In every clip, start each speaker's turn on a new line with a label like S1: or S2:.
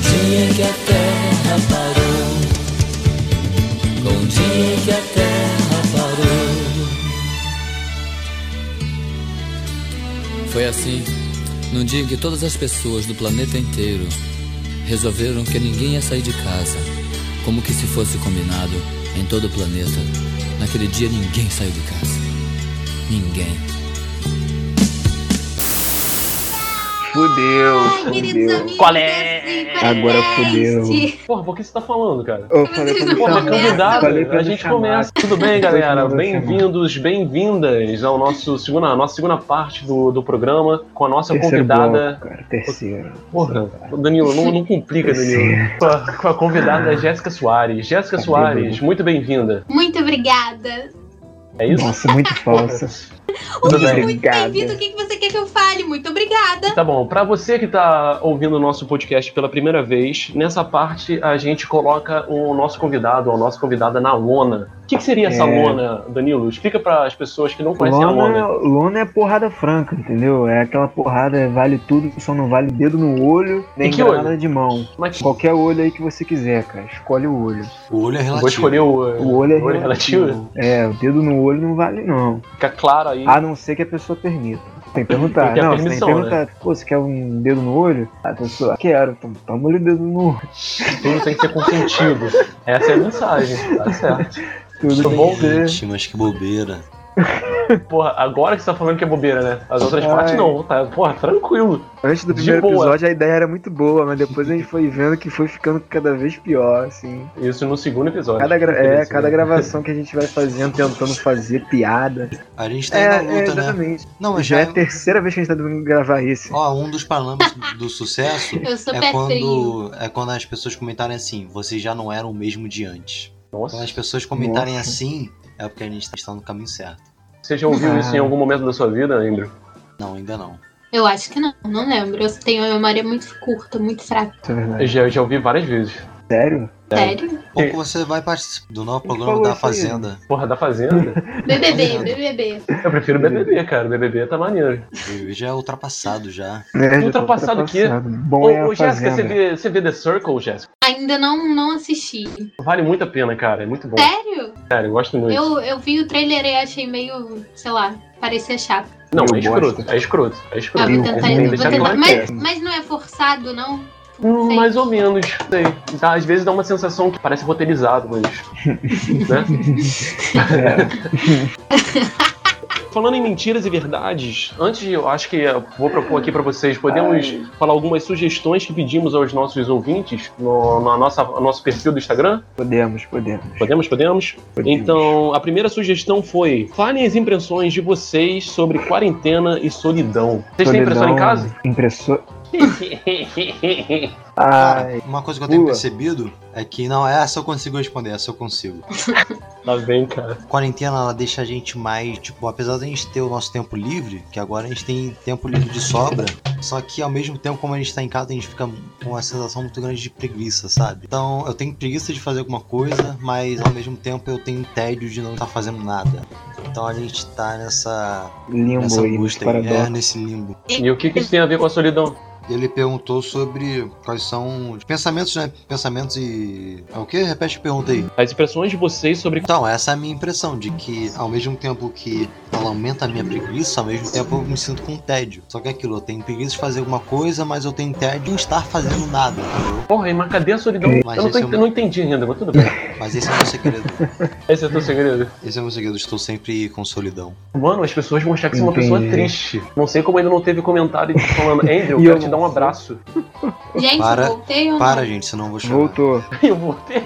S1: que a terra parou. Bom dia que a terra parou. Foi assim, num dia em que todas as pessoas do planeta inteiro resolveram que ninguém ia sair de casa, como que se fosse combinado em todo o planeta. Naquele dia ninguém saiu de casa. Ninguém.
S2: Fudeu, fudeu.
S3: Qual é?
S4: assim,
S2: Agora fudeu.
S3: Porra, por que você tá falando, cara?
S2: Então, Eu falei pra
S3: Pô, mas
S2: chamar.
S3: convidado,
S2: Falei pra
S3: a
S2: me
S3: gente
S2: chamar.
S3: começa. Tudo bem, galera?
S2: Falei pra me
S3: Bem-vindos, bem-vindas ao nosso segunda, à nossa segunda parte do, do programa com a nossa
S2: Terceiro
S3: convidada.
S2: bloco, cara. Terceiro.
S3: Porra,
S2: é
S3: Danilo, não, não complica, Danilo. Com a, com a convidada Jéssica Soares. Jéssica
S2: Cadê,
S3: Soares,
S2: Bruno?
S3: muito bem-vinda.
S4: Muito obrigada.
S3: É isso?
S2: Nossa, muito falsa.
S3: Tudo
S2: Muito
S3: bem.
S4: Muito
S2: Obrigada.
S4: bem-vindo. O que que você quer que eu fale? Muito obrigada.
S3: Tá bom, pra você que tá ouvindo o nosso podcast pela primeira vez, nessa parte a gente coloca o nosso convidado ou a nossa convidada na lona. O que, que seria essa
S2: É.
S3: lona, Danilo? Explica para as pessoas que não conhecem a
S2: Lona,
S3: lona.
S2: Lona é porrada franca, entendeu? É aquela porrada, vale tudo, só não vale dedo no olho, nem
S3: que
S2: granada
S3: olho?
S2: de mão.
S3: Mas
S2: Qualquer olho aí que você quiser, cara. Escolhe o olho.
S5: O olho é relativo.
S3: vou escolher o.
S2: O olho é
S3: Olho relativo?
S2: É, o dedo no olho não vale, não.
S3: Fica claro aí.
S2: A não ser que a pessoa permita. Tem que perguntar.
S3: Tem que ter
S2: não,
S3: permissão, né?
S2: você tem que perguntar. Pô, você quer um dedo no olho? A pessoa, quero. Então toma o dedo no olho.
S3: Tudo tem que ser consentido. Essa é a mensagem, tá certo.
S2: Tudo
S3: Tá
S2: tem
S3: bom?
S2: que ser.
S5: Gente, mas que bobeira.
S3: Porra, agora que você tá falando que é bobeira, né? As outras
S2: Ai.
S3: partes não, tá? Porra, tranquilo.
S2: Antes do
S3: De
S2: primeiro
S3: boa.
S2: episódio a ideia era muito boa, mas depois a gente foi vendo que foi ficando cada vez pior, assim.
S3: Isso no segundo episódio.
S2: Cada gra- é,
S3: Beleza.
S2: cada gravação que a gente vai fazendo, tentando fazer piada.
S5: A gente tá
S2: É,
S5: indo
S2: é,
S5: na luta, né?
S2: exatamente.
S5: Não, mas
S2: Já
S5: já
S3: um
S2: é a terceira vez que a gente tá tentando gravar isso.
S5: Ó, um dos parâmetros do sucesso
S4: Eu sou
S5: é
S4: Petrinho.
S5: quando, é quando as pessoas comentarem assim, vocês já não eram o mesmo de antes. Quando
S3: Nossa,
S5: as pessoas comentarem assim, é porque a gente está no caminho certo.
S3: você já ouviu isso em
S2: Ah.
S3: algum momento da sua vida, Andrew?
S5: Não, ainda não.
S4: Eu acho que não, não lembro. Eu tenho uma memória muito curta, muito fraca.
S2: Isso é verdade.
S3: Eu já, eu já ouvi várias vezes.
S2: Sério?
S4: Sério?
S5: Pouco você vai participar do novo
S2: Quem
S5: programa
S2: falou
S5: da
S2: isso aí?
S5: Fazenda.
S3: Porra, da Fazenda?
S4: BBB, BBB.
S3: Eu prefiro BBB, cara. BBB tá maneiro.
S5: Eu já é ultrapassado já.
S2: É, já
S3: Ultrapassado
S2: tá
S3: o quê?
S2: ultrapassado. Bom
S3: Ô,
S2: é a
S3: ô Jéssica, você
S2: fazenda.
S3: vê, você vê The Circle, Jéssica?
S4: Ainda não, não assisti.
S3: Vale muito a pena, cara. É muito bom.
S4: Sério?
S3: Cara, eu gosto muito.
S4: Eu, eu vi o trailer e achei meio, sei lá, parecia chato.
S3: Não,
S2: Eu
S3: é escroto.
S2: gosto.
S3: É escroto. É escroto.
S4: Ah,
S2: Eu
S4: vou tentar,
S2: vou
S4: eu vou
S3: deixar
S4: tentar.
S3: claro que é.
S4: Mas, mas não é forçado, não? Não
S3: Hum,
S4: sei.
S3: mais ou menos, sei. Dá- às vezes dá uma sensação que parece roteirizado, mas. né?
S2: É,
S3: Falando em mentiras e verdades, antes eu acho que eu vou propor aqui pra vocês, podemos falar algumas sugestões que pedimos aos nossos ouvintes no, na nossa, no nosso perfil do Instagram?
S2: podemos, podemos,
S3: Podemos, podemos?
S2: podemos.
S3: Então, a primeira sugestão foi: falem as impressões de vocês sobre quarentena e solidão. Vocês têm impressão em
S2: Solidão,
S3: casa?
S2: Impressor. Ai,
S5: Uma coisa que eu tenho
S2: Pula.
S5: percebido é que não, essa eu consigo responder, essa eu consigo.
S3: Lá vem, cara.
S5: quarentena ela deixa a gente mais, tipo, apesar da gente ter o nosso tempo livre, que agora a gente tem tempo livre de sobra, só que ao mesmo tempo, como a gente tá em casa, a gente fica com uma sensação muito grande de preguiça, sabe? Então eu tenho preguiça de fazer alguma coisa, mas ao mesmo tempo eu tenho tédio de não estar fazendo nada. Então a gente tá nessa, nessa
S2: limbo aí,
S5: angústia aí, é,
S2: paradoxo.
S5: nesse limbo.
S3: E o que, que isso tem a ver com a solidão?
S5: Ele perguntou sobre quais são os pensamentos, né? Pensamentos e. É o quê? Repete a pergunta aí.
S3: As impressões de vocês sobre.
S5: Então, essa é a minha impressão, de que ao mesmo tempo que ela aumenta a minha preguiça, ao mesmo tempo eu me sinto com tédio. Só que é aquilo, eu tenho preguiça de fazer alguma coisa, mas eu tenho tédio de não estar fazendo nada, entendeu?
S3: Porra, mas cadê a solidão?
S5: Mas
S3: eu não, tô
S5: esse é
S3: ent-
S5: o meu-
S3: não entendi ainda, mas tudo bem.
S5: Mas esse é o meu segredo.
S3: Esse é o teu segredo.
S5: Esse é o meu segredo, estou sempre com solidão.
S3: Mano, as pessoas vão achar que você é uma
S2: Entendi.
S3: pessoa triste. Não sei como ainda não teve comentário falando, Andrew, eu
S2: E eu
S3: quero te
S2: não
S3: dar um
S2: sei.
S3: abraço.
S4: Gente,
S5: Para-
S4: voltei ou não?
S5: Para, gente, senão eu vou chorar.
S2: Voltou.
S3: Eu voltei.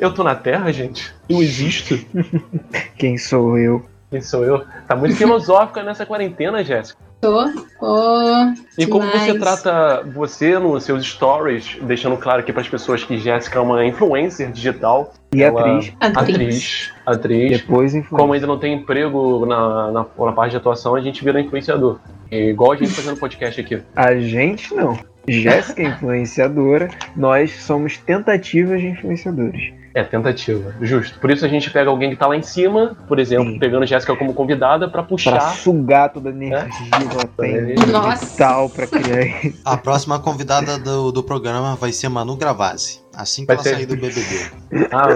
S3: Eu tô na Terra, gente? Eu existo?
S2: Quem sou eu?
S3: Quem sou eu? Tá muito filosófica nessa quarentena, Jéssica.
S4: Tô. Ô,
S3: E como você
S4: Demais.
S3: trata você nos seus stories, deixando claro aqui pras pessoas que Jéssica é uma influencer digital,
S2: E
S3: Ela-
S2: atriz.
S4: atriz.
S3: atriz, atriz.
S2: Depois influência.
S3: Como ainda não tem emprego na, na, na parte de atuação, a gente vira influenciador. É igual a gente fazendo podcast aqui.
S2: A gente não. Jéssica é influenciadora, nós somos tentativas de influenciadores.
S3: É tentativa, justo. Por isso a gente pega alguém que tá lá em cima, por exemplo,
S2: Sim.
S3: pegando Jéssica como convidada pra
S2: Pra
S3: puxar.
S2: sugar toda a energia que ela tem.
S3: É.
S4: Nossa.
S2: Tal pra criar.
S5: A próxima convidada do, do programa vai ser Manu Gravazzi, assim que
S3: Vai
S5: ela
S3: ser-
S5: sair do BBB.
S3: Ah,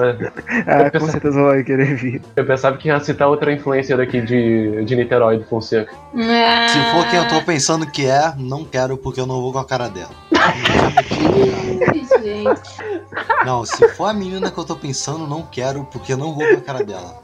S3: é.
S2: Ah, com certeza ela vai querer vir.
S3: eu pensava que ia citar outra influencer aqui de, de Niterói, do Fonseca.
S4: Ah,
S5: Se for quem eu tô pensando que é, não quero porque eu não vou com a cara dela.
S4: Gente,
S5: Não, se for a menina que eu tô pensando, não quero porque eu não vou com a cara dela.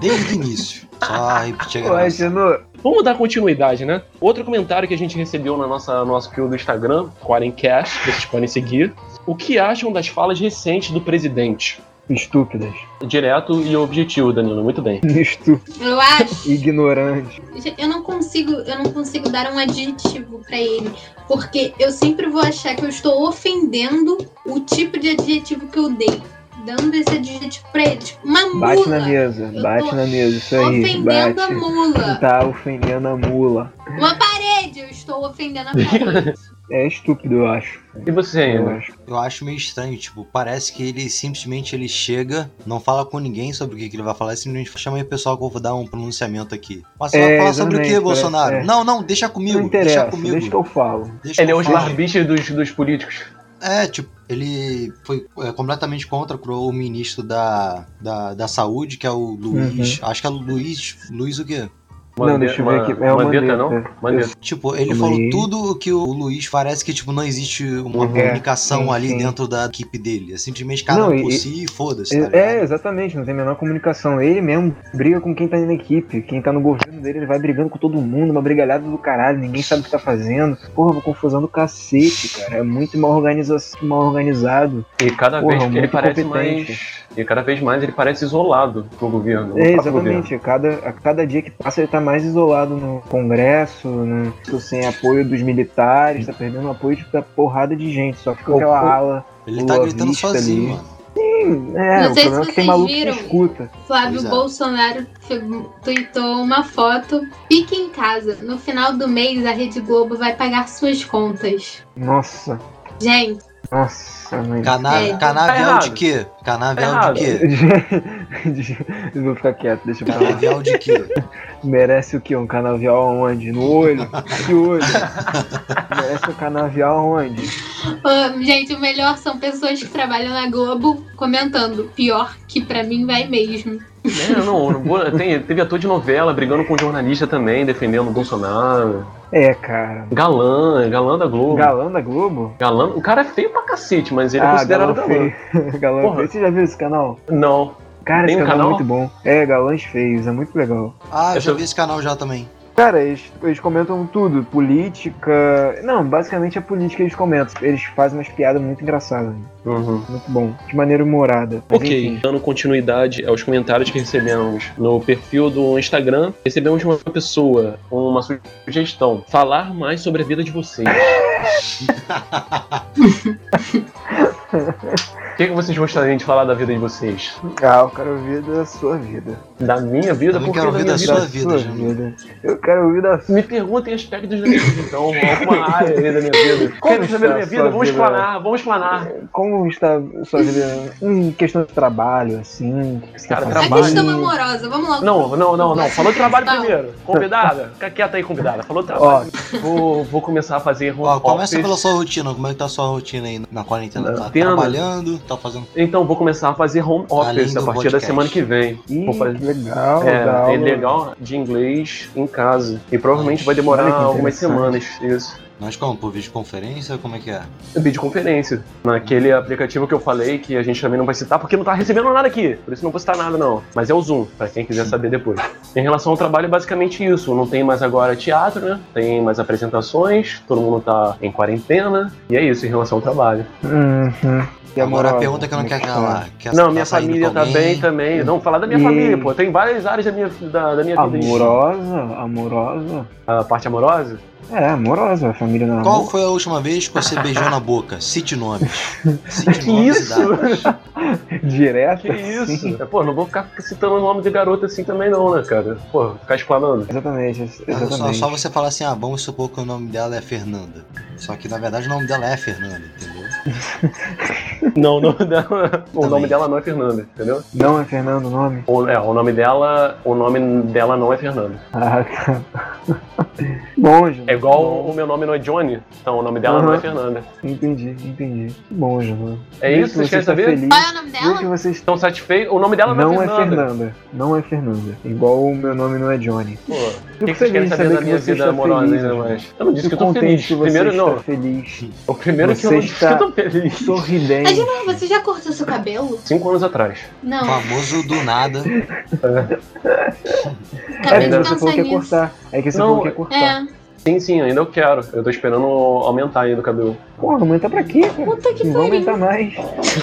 S5: Desde o início. Só repetir a
S2: Ué,
S5: gravação.
S2: Genu,
S3: Vamos dar continuidade, né? Outro comentário que a gente recebeu na nossa nosso perfil do Instagram, Quarencast, que vocês podem seguir. O que acham das falas recentes do presidente?
S2: estúpidas.
S3: Direto e objetivo, Danilo, muito bem.
S2: Estúpidas.
S4: eu acho.
S2: Ignorantes.
S4: Eu não consigo, eu não consigo dar um adjetivo pra ele. Porque eu sempre vou achar que eu estou ofendendo o tipo de adjetivo que eu dei. Dando esse adjetivo pra ele. Tipo, uma mula.
S2: Bate na mesa.
S4: Eu
S2: Bate
S4: tô
S2: na mesa. Isso aí.
S4: Ofendendo a
S2: Bate.
S4: mula.
S2: Tá ofendendo a mula.
S4: Uma
S2: Então-
S4: parede, eu estou ofendendo a parede.
S2: É estúpido, eu acho.
S3: E você,
S2: Eu
S3: Ana?
S2: acho.
S5: Eu acho meio estranho, tipo, parece que ele simplesmente ele chega, não fala com ninguém sobre o que, que ele vai falar, e simplesmente chama aí o pessoal que eu vou dar um pronunciamento aqui. Mas você
S2: É,
S5: vai falar sobre o que,
S2: exatamente,
S5: Bolsonaro?
S2: parece, é.
S5: Não, não, deixa
S2: Não
S5: comigo, deixa
S2: interessa,
S5: comigo.
S2: deixa que eu um falo.
S5: deixa
S3: Ele é
S5: eu
S3: o
S5: falar.
S3: Slarbich dos, dos políticos.
S5: É, tipo, ele foi é, completamente contra o ministro da, da, da saúde, que é o Luiz.
S2: Uhum.
S5: Acho que é o Luiz. Luiz o quê?
S2: não, deixa eu ver aqui. É o
S3: Mandetta,
S2: Mandetta.
S3: não? Mandetta.
S5: Tipo, ele
S2: Luiz.
S5: falou tudo o que o Luiz parece que, tipo, não existe uma
S2: Uhum.
S5: comunicação
S2: Sim,
S5: ali
S2: sim.
S5: dentro da equipe dele. É simplesmente cada
S2: Não,
S5: um
S2: e-
S5: por si e foda-se, tá ligado?
S2: É, exatamente, não tem a menor comunicação. Ele mesmo briga com quem tá na equipe, quem tá no governo dele, ele vai brigando com todo mundo, uma brigalhada do caralho, ninguém sabe o que tá fazendo. Porra, uma confusão do cacete, cara. É muito mal, organiza mal organizado.
S3: E cada
S2: Porra,
S3: vez que ele
S2: muito
S3: parece
S2: competente.
S3: mais. E cada vez mais ele parece isolado no governo. no
S2: É,
S3: próprio governo.
S2: exatamente. A cada, a cada dia que passa, ele tá mais isolado no Congresso, no, tô sem apoio dos militares, tá perdendo o apoio de- da porrada de gente, só fica
S3: O-
S2: aquela
S3: o-
S2: ala.
S5: Ele tá
S2: Lula
S5: gritando
S2: Vista
S5: sozinho,
S2: ali.
S5: mano.
S2: É,
S4: Não
S2: o problema é
S4: sei se
S2: que tem
S4: vocês
S2: maluco que
S4: viram.
S2: escuta.
S4: Flávio
S5: Pois é.
S4: Bolsonaro fe- tweetou uma foto. Fique em casa. No final do mês, a Rede Globo vai pagar suas contas.
S2: Nossa,
S4: Gente,
S2: nossa, mãe.
S5: Cana
S4: É.
S5: Canavial
S3: Tá
S5: de
S3: errado.
S5: quê? Canavial
S3: Tá
S5: de quê?
S2: Eu vou ficar quieto, deixa eu falar.
S5: Canavial de quê?
S2: Merece o quê? Um canavial aonde? No olho? Que olho? Merece um canavial aonde?
S4: ah, gente, o melhor são pessoas que trabalham na Globo comentando. Pior que pra mim vai mesmo.
S3: É, não, não vou- tem- teve ator de novela brigando com um jornalista também, defendendo o Bolsonaro.
S2: É, cara.
S3: Galã, galã da Globo.
S2: Galã da Globo?
S3: Galã, o cara é feio pra cacete, mas ele é considerado galã.
S2: Ah, feio. galã
S3: Porra.
S2: feio. Você já viu esse canal?
S3: Não.
S2: Cara,
S3: Tem
S2: esse
S3: um
S2: canal é
S3: canal?
S2: muito bom. É, galãs feios, é muito legal.
S5: Ah, eu já
S3: Essa-
S5: vi esse canal já também.
S2: Cara, eles, eles comentam tudo. Política. Não, basicamente é política que eles comentam. Eles fazem umas piadas muito engraçadas.
S3: Uhum.
S2: Muito bom. De maneira humorada. Mas,
S3: Ok,
S2: enfim.
S3: dando continuidade aos comentários que recebemos no perfil do Instagram, recebemos uma pessoa, uma sugestão. Falar mais sobre a vida de vocês. O que, que vocês gostariam de falar da vida de vocês?
S2: Ah, eu quero ouvir da sua vida.
S3: Da minha vida?
S5: Eu não
S3: Por que
S5: quero
S3: da
S5: ouvir
S3: minha
S5: da
S3: vida?
S5: sua vida,
S2: sua
S5: Janu.
S2: vida. Eu quero ouvir da
S3: Me perguntem aspectos da minha vida, então, alguma área aí da minha vida.
S2: Como
S3: Quero saber da minha
S2: está é a
S3: vida,
S2: sua
S3: vamos
S2: vida?
S3: planar, vamos planar.
S2: Como está a sua vida em questão de trabalho, assim? o que você
S3: Cara,
S2: tá
S4: A
S2: fazendo?
S3: Trabalho.
S4: questão amorosa, vamos logo.
S3: Não, não, não, não. Falou de trabalho
S4: Não.
S3: primeiro. Convidada, fica quieta aí, convidada. Falou de
S2: Ó,
S3: trabalho. Vou, vou começar a fazer home
S5: Ó, começa
S3: office.
S5: pela sua rotina. Como é que tá a sua rotina aí na quarentena? Tá
S3: Quarentena.
S5: trabalhando? Tá fazendo.
S3: Então, vou começar a fazer home
S5: Além
S3: office
S5: do
S3: a partir da
S5: podcast.
S3: semana que vem.
S2: Ih,
S3: Vou fazer.
S2: legal,
S3: É,
S2: Tá
S3: é
S2: legal. né?
S3: legal de inglês em casa. E provavelmente vai demorar
S2: Olha que
S3: algumas semanas.
S2: interessante.
S3: Isso.
S5: Nós como? Por videoconferência? Como é que é?
S3: Videoconferência. Naquele aplicativo que eu falei, que a gente também não vai citar, porque não tá recebendo nada aqui. Por isso não vou citar nada, não. Mas é o Zoom, pra quem quiser saber depois. Em relação ao trabalho, é basicamente isso. Não tem mais agora teatro, né? Tem mais apresentações, todo mundo tá em quarentena. E é isso em relação ao trabalho.
S2: Uhum. E
S5: Agora a
S2: amorosa,
S5: pergunta é que eu não
S2: como é
S5: quero
S2: está?
S5: calar. Quer
S3: Não,
S5: tá
S3: minha
S5: saindo
S3: família
S5: com
S3: tá
S5: alguém?
S3: bem também. Não, falar da minha
S2: E-
S3: família, pô. Tem várias áreas da minha, da, da minha
S5: É
S3: vida.
S2: Amorosa, amorosa.
S3: A parte amorosa?
S2: É, amorosa, a família não
S5: Qual
S2: amor.
S5: foi a última vez que você beijou na boca? Cite nomes. Cite
S3: Que
S5: nomes
S3: isso?
S5: e datas.
S2: Direta.
S3: Que isso?
S2: assim.
S3: Pô, não vou ficar citando o nome de garota assim também não, né, cara? Pô, ficar explanando.
S2: Exatamente,
S5: Cara, Só,
S2: exatamente.
S5: só você falar assim, ah, vamos supor que o nome dela é Fernanda. Só que na verdade o nome dela é Fernanda, entendeu?
S3: Não, o nome dela, o
S5: Também.
S3: nome dela não é Fernanda, entendeu?
S2: Não é Fernando o nome?
S3: O, é, o nome dela, o nome dela não é Fernanda.
S2: Ah, tá. Bom, Giovanni.
S3: É igual o meu nome não é Johnny, então o nome dela não é
S2: Aham.
S3: Fernanda.
S2: Entendi, entendi. Bom, Giovanni.
S3: É isso? Vocês querem saber?
S2: tá Feliz.
S4: Qual é o nome
S2: Viu que
S4: dela?
S2: vocês
S3: Estão satisfeitos? O nome dela não,
S2: Não
S3: é
S2: é
S3: Fernanda.
S2: Fernanda. Não é Fernanda. Igual o meu nome não é Johnny.
S3: Pô, o
S2: Fico
S3: que, que vocês querem
S2: feliz de
S3: saber da minha
S2: você
S3: vida
S2: está
S3: amorosa
S2: feliz,
S3: ainda
S2: Giovanni.
S3: mais? Eu não disse que eu
S2: Fico
S3: tô
S2: contente
S3: feliz.
S2: que você
S3: Primeiro
S2: está
S3: não.
S2: feliz.
S3: O primeiro que eu
S2: Você
S3: não disse que eu tô feliz.
S4: Mas de
S2: Sorridente.
S4: novo, você já cortou seu cabelo?
S3: Cinco anos atrás.
S5: O
S2: Ah,
S4: Não,
S5: famoso do nada.
S2: É porque
S4: acabei de
S2: você falou
S4: pensar
S2: que ia
S4: nisso.
S2: cortar. É que você
S3: Não,
S2: falou que ia cortar.
S4: É,
S3: Sim, sim, ainda eu quero. Eu tô esperando aumentar ainda o cabelo.
S2: Porra, aumenta tá pra quê, cara?
S4: puta que
S2: Não vai
S4: pariu.
S2: aumentar mais.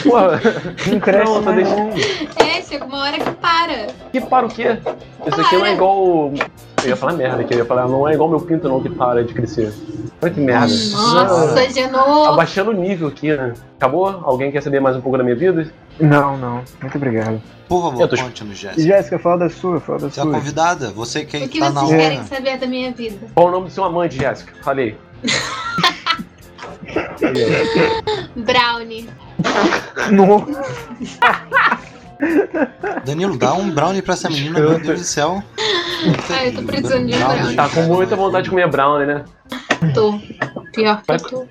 S3: Porra,
S2: Não cresce
S3: Não, eu tô
S2: mais,
S3: deixando-
S2: não.
S4: É, chega uma hora que para.
S3: que para o quê? Isso aqui não é igual. o- Eu ia falar merda aqui, eu ia falar, não é igual meu pinto não que para de crescer. Olha que merda.
S4: Nossa, Genô.
S3: Abaixando o nível aqui, né? Acabou? Alguém quer saber mais um pouco da minha vida?
S2: Não, não. Muito obrigado.
S5: Por
S3: Eu
S5: favor,
S3: tô-
S5: conte-nos, Jéssica.
S2: Jéssica, fala da sua, fala da
S5: Você é a
S2: sua.
S5: convidada, você que
S4: O que
S5: tá na
S4: vocês
S2: É.
S5: hora.
S4: querem saber da minha vida?
S3: Qual o nome do seu amante, Jéssica? Falei.
S4: Brownie.
S2: Nossa,
S5: Danilo, dá um brownie pra essa menina, meu Deus do céu.
S4: Ah, eu tô precisando de um brownie.
S3: Tá com muita vontade de comer brownie, né?
S4: Tô. Pior que eu tô.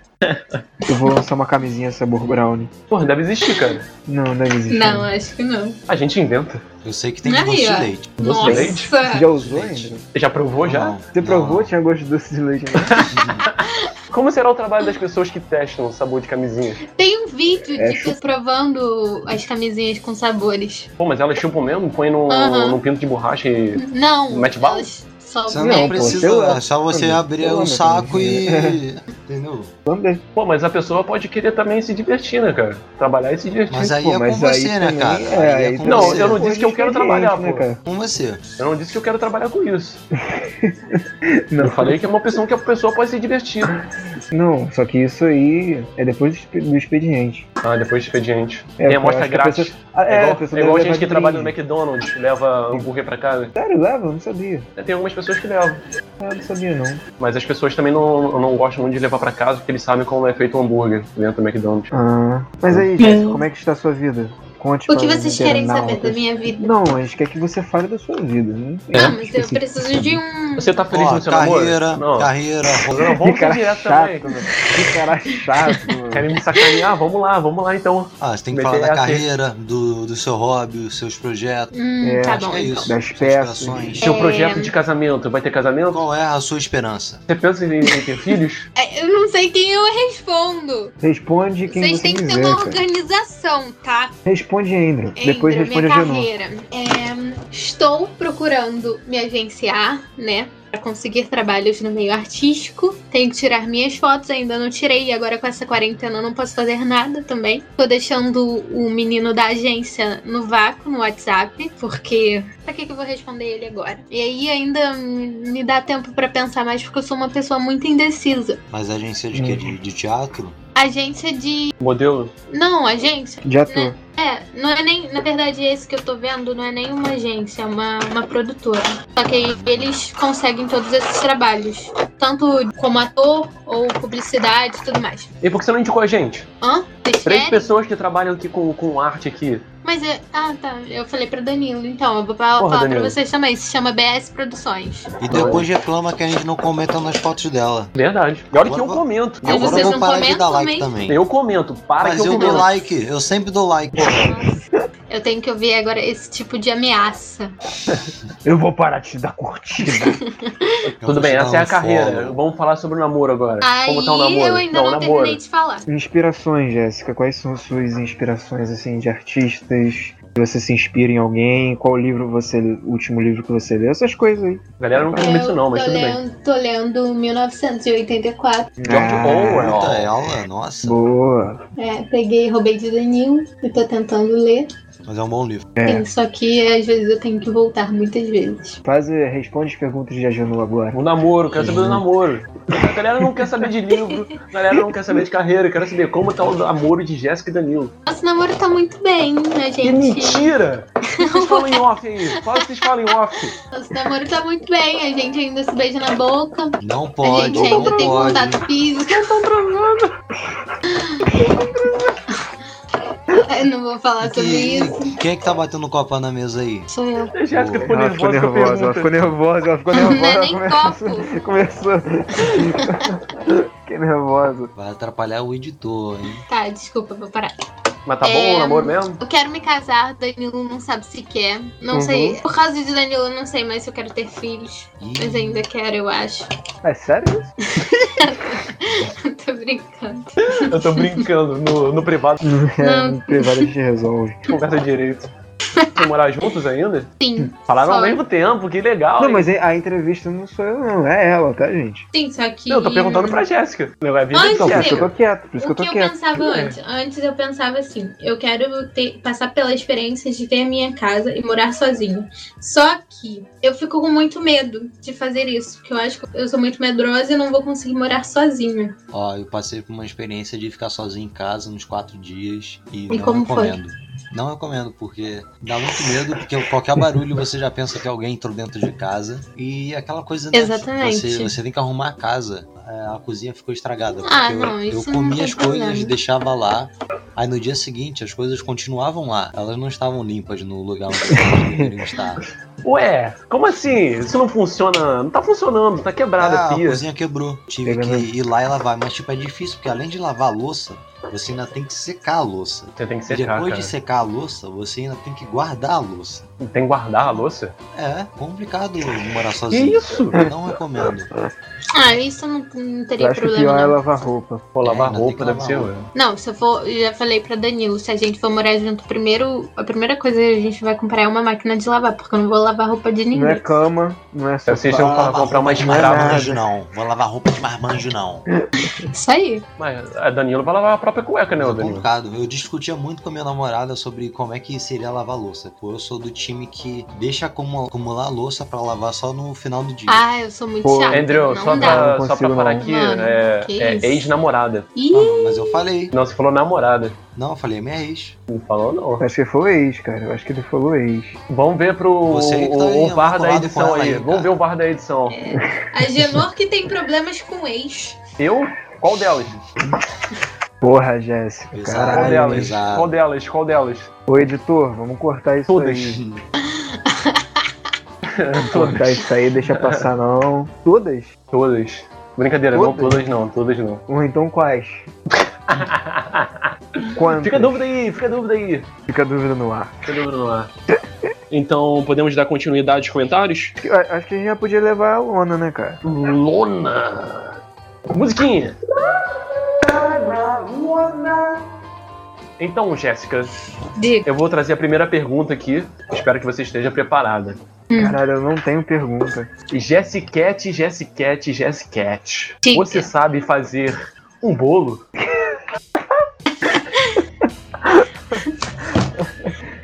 S2: eu vou lançar uma camisinha sabor brownie.
S3: Porra, deve existir, cara.
S2: Não, é deve existir.
S4: Não, é acho que não.
S3: A gente inventa.
S5: Eu sei que tem
S4: Aí,
S5: doce de
S4: ó.
S5: leite.
S3: Doce de leite?
S2: Você
S4: Nossa!
S2: já usou, André?
S3: Já provou já?
S5: Não,
S2: Você
S5: não.
S2: provou? Tinha gosto de doce de leite. né?
S3: Como será o trabalho das pessoas que testam o sabor de camisinha?
S4: Tem um vídeo
S2: É,
S4: de pessoa provando as camisinhas com sabores.
S3: Pô, mas elas chupam mesmo? Põe num,
S2: Uhum.
S4: Aham.
S3: num pinto de borracha e.
S4: Não.
S3: Mete bala?
S4: elas Só um
S5: Você
S2: Não,
S5: não
S2: pô,
S5: precisa,
S2: eu amo
S5: é só você
S2: também.
S5: abrir
S2: Eu
S5: o
S2: amo
S5: saco
S2: também.
S5: e. Entendeu?
S2: Vamos ver.
S3: Pô, mas a pessoa pode querer também se divertir, né, cara? Trabalhar e se divertir.
S5: Mas aí
S2: Pô,
S5: é com
S2: mas aí
S5: você, né,
S2: também-
S5: cara?
S2: é,
S5: Aí é
S2: aí
S5: com
S2: também-
S3: Não,
S5: você.
S3: eu não disse que eu quero trabalhar,
S2: Né,
S3: pô.
S2: cara?
S5: Com você.
S3: Eu não disse que eu quero trabalhar com isso.
S2: Não,
S3: Eu falei que é uma opção que a pessoa pode se divertir.
S2: Não, só que isso aí é depois do expe- do expediente.
S3: Ah, depois do expediente.
S2: É,
S3: Tem
S2: eu
S3: amostra
S2: acho que a
S3: grátis.
S2: pessoa- Ah,
S3: É,
S2: a
S3: igual,
S2: pessoa
S3: é igual
S2: deve
S3: gente que
S2: levar de
S3: trabalha no
S2: brinde.
S3: McDonald's, que leva hambúrguer pra casa.
S2: Sério, leva? Eu não sabia.
S3: Tem algumas pessoas que levam.
S2: Ah, não sabia, não.
S3: Mas as pessoas também não, não gostam muito de levar pra casa, porque eles sabem como é feito o hambúrguer dentro do McDonald's.
S2: Ah. Mas aí, Jéssica, como é que está a sua vida? Conte
S4: O que
S2: para os
S4: vocês querem saber da
S2: internautas.
S4: minha vida?
S2: Não, a gente quer que você fale da sua vida. Não,
S4: Não, mas eu preciso de um.
S3: Você tá feliz
S5: Ó,
S3: no seu
S5: carreira,
S3: namoro? Não.
S5: carreira,
S3: Não,
S2: Que
S3: vamos ser
S2: cara
S3: direto também.
S2: chato, mano. Que cara chato, mano.
S3: Querem me sacanear? Vamos lá, vamos lá então.
S5: Ah, você tem que
S3: Meter
S5: falar da
S3: essa aí.
S5: carreira, do, do seu hobby, dos seus projetos.
S4: Hum,
S2: É,
S4: tá
S5: acho
S4: bom.
S5: que é isso.
S2: Das
S5: suas
S2: peças.
S5: aspirações.
S3: Seu
S4: É.
S3: projeto de casamento, vai ter casamento?
S5: Qual é a sua esperança?
S3: Você pensa em, em ter filhos?
S4: É, Eu não sei quem eu respondo.
S2: Responde quem
S4: Vocês
S2: você
S4: têm que ter
S2: quiser,
S4: uma
S2: cara.
S4: organização, tá?
S2: Responde, Andrew. Depois
S4: Entra,
S2: responde a
S4: minha
S2: Genu.
S4: carreira. É, estou procurando me agenciar, né? Pra conseguir trabalhos no meio artístico. Tenho que tirar minhas fotos, ainda não tirei. E agora com essa quarentena eu não posso fazer nada também. Tô deixando o menino da agência no vácuo no WhatsApp, porque. Pra que, que eu vou responder ele agora? E aí ainda me me dá tempo pra pensar mais, porque eu sou uma pessoa muito indecisa.
S5: Mas a agência é de quê?
S3: Uhum.
S5: De, de teatro?
S4: Agência de.
S3: Modelo?
S4: Não, agência.
S2: De ator.
S4: É, não é nem. Na verdade, esse que eu tô vendo não é nem uma agência, é uma, uma produtora. Só que aí eles conseguem todos esses trabalhos. Tanto como ator ou publicidade e tudo mais.
S3: E por que você não indicou a gente?
S4: Hã? Vocês
S3: Três
S4: querem?
S3: pessoas que trabalham aqui com, com arte aqui.
S4: Mas é. Ah, tá. Eu falei pra Danilo, então. Eu vou fa-
S3: Porra,
S4: falar
S3: Danilo.
S4: pra vocês também. Se chama BS Produções.
S5: E depois reclama que a gente não comenta nas fotos dela.
S3: Verdade. E olha que eu
S5: Agora-
S3: comento.
S4: Mas
S3: Eu,
S5: Agora
S4: vocês
S5: eu
S3: comento.
S5: vou
S4: não
S5: parar de dar
S4: comentam
S5: like
S4: mesmo?
S5: também.
S3: eu comento. Para que
S5: Mas
S3: eu,
S5: eu, dou
S3: comento.
S5: like, eu sempre dou like.
S4: Nossa. Eu tenho que ouvir agora esse tipo de ameaça.
S2: Eu vou parar de te dar curtida.
S3: Tudo bem, essa é a
S5: Eu vou te dar um
S3: carreira.
S5: follow.
S3: Vamos falar sobre o namoro agora. Como
S4: Aí
S3: tá o namoro?
S4: eu ainda não, terminei de falar.
S2: inspirações, Jéssica. Quais são suas inspirações, assim, de artistas? Se Você se inspira em alguém? Qual livro você... O último livro que você leu? Essas coisas aí.
S3: Galera, eu não
S4: Eu
S3: comi isso não, mas
S4: tô,
S3: tudo bem.
S4: lendo, tô lendo 1984.
S3: George
S2: Ah,
S3: Orwell.
S5: Puta ela, é nossa.
S2: Boa.
S4: É, peguei, roubei de Danilo e tô tentando ler.
S5: Mas é um bom livro.
S2: É.
S4: Só que às vezes eu tenho que voltar muitas vezes.
S2: Faz, eh, responde as perguntas de Agenu agora.
S3: O namoro, quero saber do namoro. A galera não quer saber de livro, a galera não quer saber de carreira, eu quero saber como tá o namoro de Jéssica e Danilo.
S4: Nosso namoro tá muito bem, né,
S3: Que
S4: gente?
S3: mentira! O que vocês falam em off aí? Fala o que vocês falam em off.
S4: Nosso namoro tá muito bem, a gente ainda se beija na boca,
S5: Não pode,
S4: a gente
S5: não
S4: ainda tem
S5: pode.
S4: contato físico. Eu não vou falar sobre isso. é
S5: E Quem é que tá batendo copa na mesa aí?
S4: Sou eu.
S3: A Jéssica ficou
S2: ela ficou
S3: nervosa com a
S2: nervosa, ela
S3: pergunta.
S2: ficou nervosa, ela ficou
S4: Não
S2: nervosa.
S4: é
S2: ela
S4: nem copo.
S2: começou. começou- Fiquei nervosa.
S5: Vai atrapalhar o editor, hein?
S4: Tá, desculpa, vou parar.
S3: Mas tá bom
S4: É.
S3: o namoro mesmo?
S4: Eu quero me casar, Danilo não sabe se quer. Não
S2: Uhum.
S4: sei. Por causa de Danilo, eu não sei mais se eu quero ter filhos. Mas é
S5: Ih,
S4: ainda quero, eu acho.
S2: É sério isso?
S4: Tô brincando.
S3: Eu tô brincando. No, no privado,
S2: É, no privado a gente resolve.
S3: a gente conversa direito. Vocês morar juntos ainda?
S2: Hum,
S4: Sim.
S3: Falaram ao
S4: Só-
S3: mesmo tempo, que legal.
S2: Não,
S3: hein?
S2: mas a entrevista não sou eu, não. É ela, tá, gente?
S4: Sim, só que.
S3: Não, eu tô perguntando pra Jéssica. Não, é vida
S4: Ai,
S3: de
S2: Então, por
S4: Deus.
S2: isso que eu
S3: Jéssica.
S2: tô quieto, por isso que
S4: O
S2: eu
S4: que
S2: tô
S4: eu
S2: quieto.
S4: pensava
S3: É.
S4: antes? Antes eu pensava assim: eu quero ter- passar pela experiência de ter a minha casa e morar sozinha. Só que eu fico com muito medo de fazer isso, porque eu acho que eu sou muito medrosa e não vou conseguir morar sozinha.
S5: ó, eu passei por uma experiência de ficar sozinho em casa uns quatro dias e,
S4: E
S5: não
S4: como foi?
S5: recomendo. Não recomendo, porque dá muito medo, porque qualquer barulho você já pensa que alguém entrou dentro de casa. E aquela coisa, né?
S4: Exatamente.
S5: Você, você tem que arrumar a casa. É, A cozinha ficou estragada. Porque
S4: Ah,
S5: eu,
S4: não,
S5: eu
S4: isso não
S5: comia
S4: tem
S5: as coisas,
S4: problema.
S5: deixava lá. Aí no dia seguinte as coisas continuavam lá. Elas não estavam limpas no lugar onde elas deveriam estar.
S3: Ué, como assim? Isso não funciona. Não tá funcionando, tá quebrada
S5: Ah,
S3: a
S5: a
S3: pia.
S5: cozinha quebrou. Tive
S2: Pegando.
S5: que ir lá e lavar. Mas, tipo, é difícil, porque além de lavar a louça, você ainda tem que secar a louça.
S3: Você tem que
S5: e
S3: secar,
S5: depois
S3: cara.
S5: de secar a louça, você ainda tem que guardar a louça.
S3: Tem que guardar a louça?
S5: É complicado morar
S3: Que
S5: sozinho.
S3: isso?
S5: Não recomendo.
S4: Ah, isso não, não
S2: Eu
S4: teria
S2: acho que o
S4: problema.
S2: pior é
S4: não.
S2: lavar roupa.
S3: Pô, lavar
S5: É, ainda
S3: roupa
S5: tem
S3: deve
S5: que lavar
S3: ser.
S5: roupa.
S4: Não, se eu for, eu já falei pra Danilo, se a gente for morar junto, primeiro, a primeira coisa que a gente vai comprar é uma máquina de lavar, porque eu não vou lavar roupa de ninguém.
S2: Não é cama, não é sofá.
S3: Vocês vão falar- comprar uma
S5: de
S3: escrava.
S5: marmanjo, não. Vou lavar roupa de marmanjo, não.
S4: Isso aí.
S3: Mas a Danilo vai lavar a própria cueca, né,
S5: É
S3: ô Danilo?
S5: complicado. Eu discutia muito com a minha namorada sobre como é que seria lavar louça. Pô, Eu sou do time que deixa acumula- acumular a louça pra lavar só no final do dia.
S4: Ah, eu sou muito
S2: Pô,
S4: chata.
S3: Andrew,
S4: não
S3: só
S4: dá.
S2: Não
S3: pra, só
S2: consigo,
S3: pra parar
S2: não.
S3: aqui,
S4: Mano,
S3: é,
S4: que
S3: é
S4: isso?
S3: ex-namorada.
S4: Ih,
S5: Ah, mas eu falei.
S3: Não, você falou namorada.
S5: Não, eu falei, é minha ex.
S3: Não falou, não.
S2: Acho que foi o ex, cara. Eu acho que ele falou ex.
S3: Vamos ver pro
S5: Você que tá
S3: o,
S5: aí,
S3: o VAR da
S5: colado com
S3: edição
S5: ela
S3: aí.
S5: aí, cara.
S3: Vamos ver o VAR da edição.
S4: a Genor que tem problemas com ex.
S3: Eu? Qual delas?
S2: Porra, Jéssica.
S5: Exato.
S3: Qual
S2: Caralho.
S3: delas?
S5: pesado.
S3: Qual delas? Qual delas?
S2: Ô, editor, vamos cortar isso
S3: Todas.
S2: aí.
S3: Todas.
S2: Cortar isso aí, deixa passar não. Todas?
S3: Todas. Brincadeira, não
S2: Todas?
S3: todas não, todas não.
S2: Ou então quais? Quantas?
S3: Fica a dúvida aí, fica a dúvida aí.
S2: Fica a dúvida no ar.
S3: Fica a dúvida no ar. Então, podemos dar continuidade aos comentários?
S2: Acho que- a- Acho que a gente já podia levar a lona, né, cara?
S3: Lona! Musiquinha! Então, Jéssica,
S4: Diga.
S3: eu vou trazer a primeira pergunta aqui. Espero que você esteja preparada.
S2: Caralho, eu não tenho pergunta.
S3: Jessiquete, Jessiquete, Jessiquete.
S4: Diga.
S3: Você sabe fazer um bolo?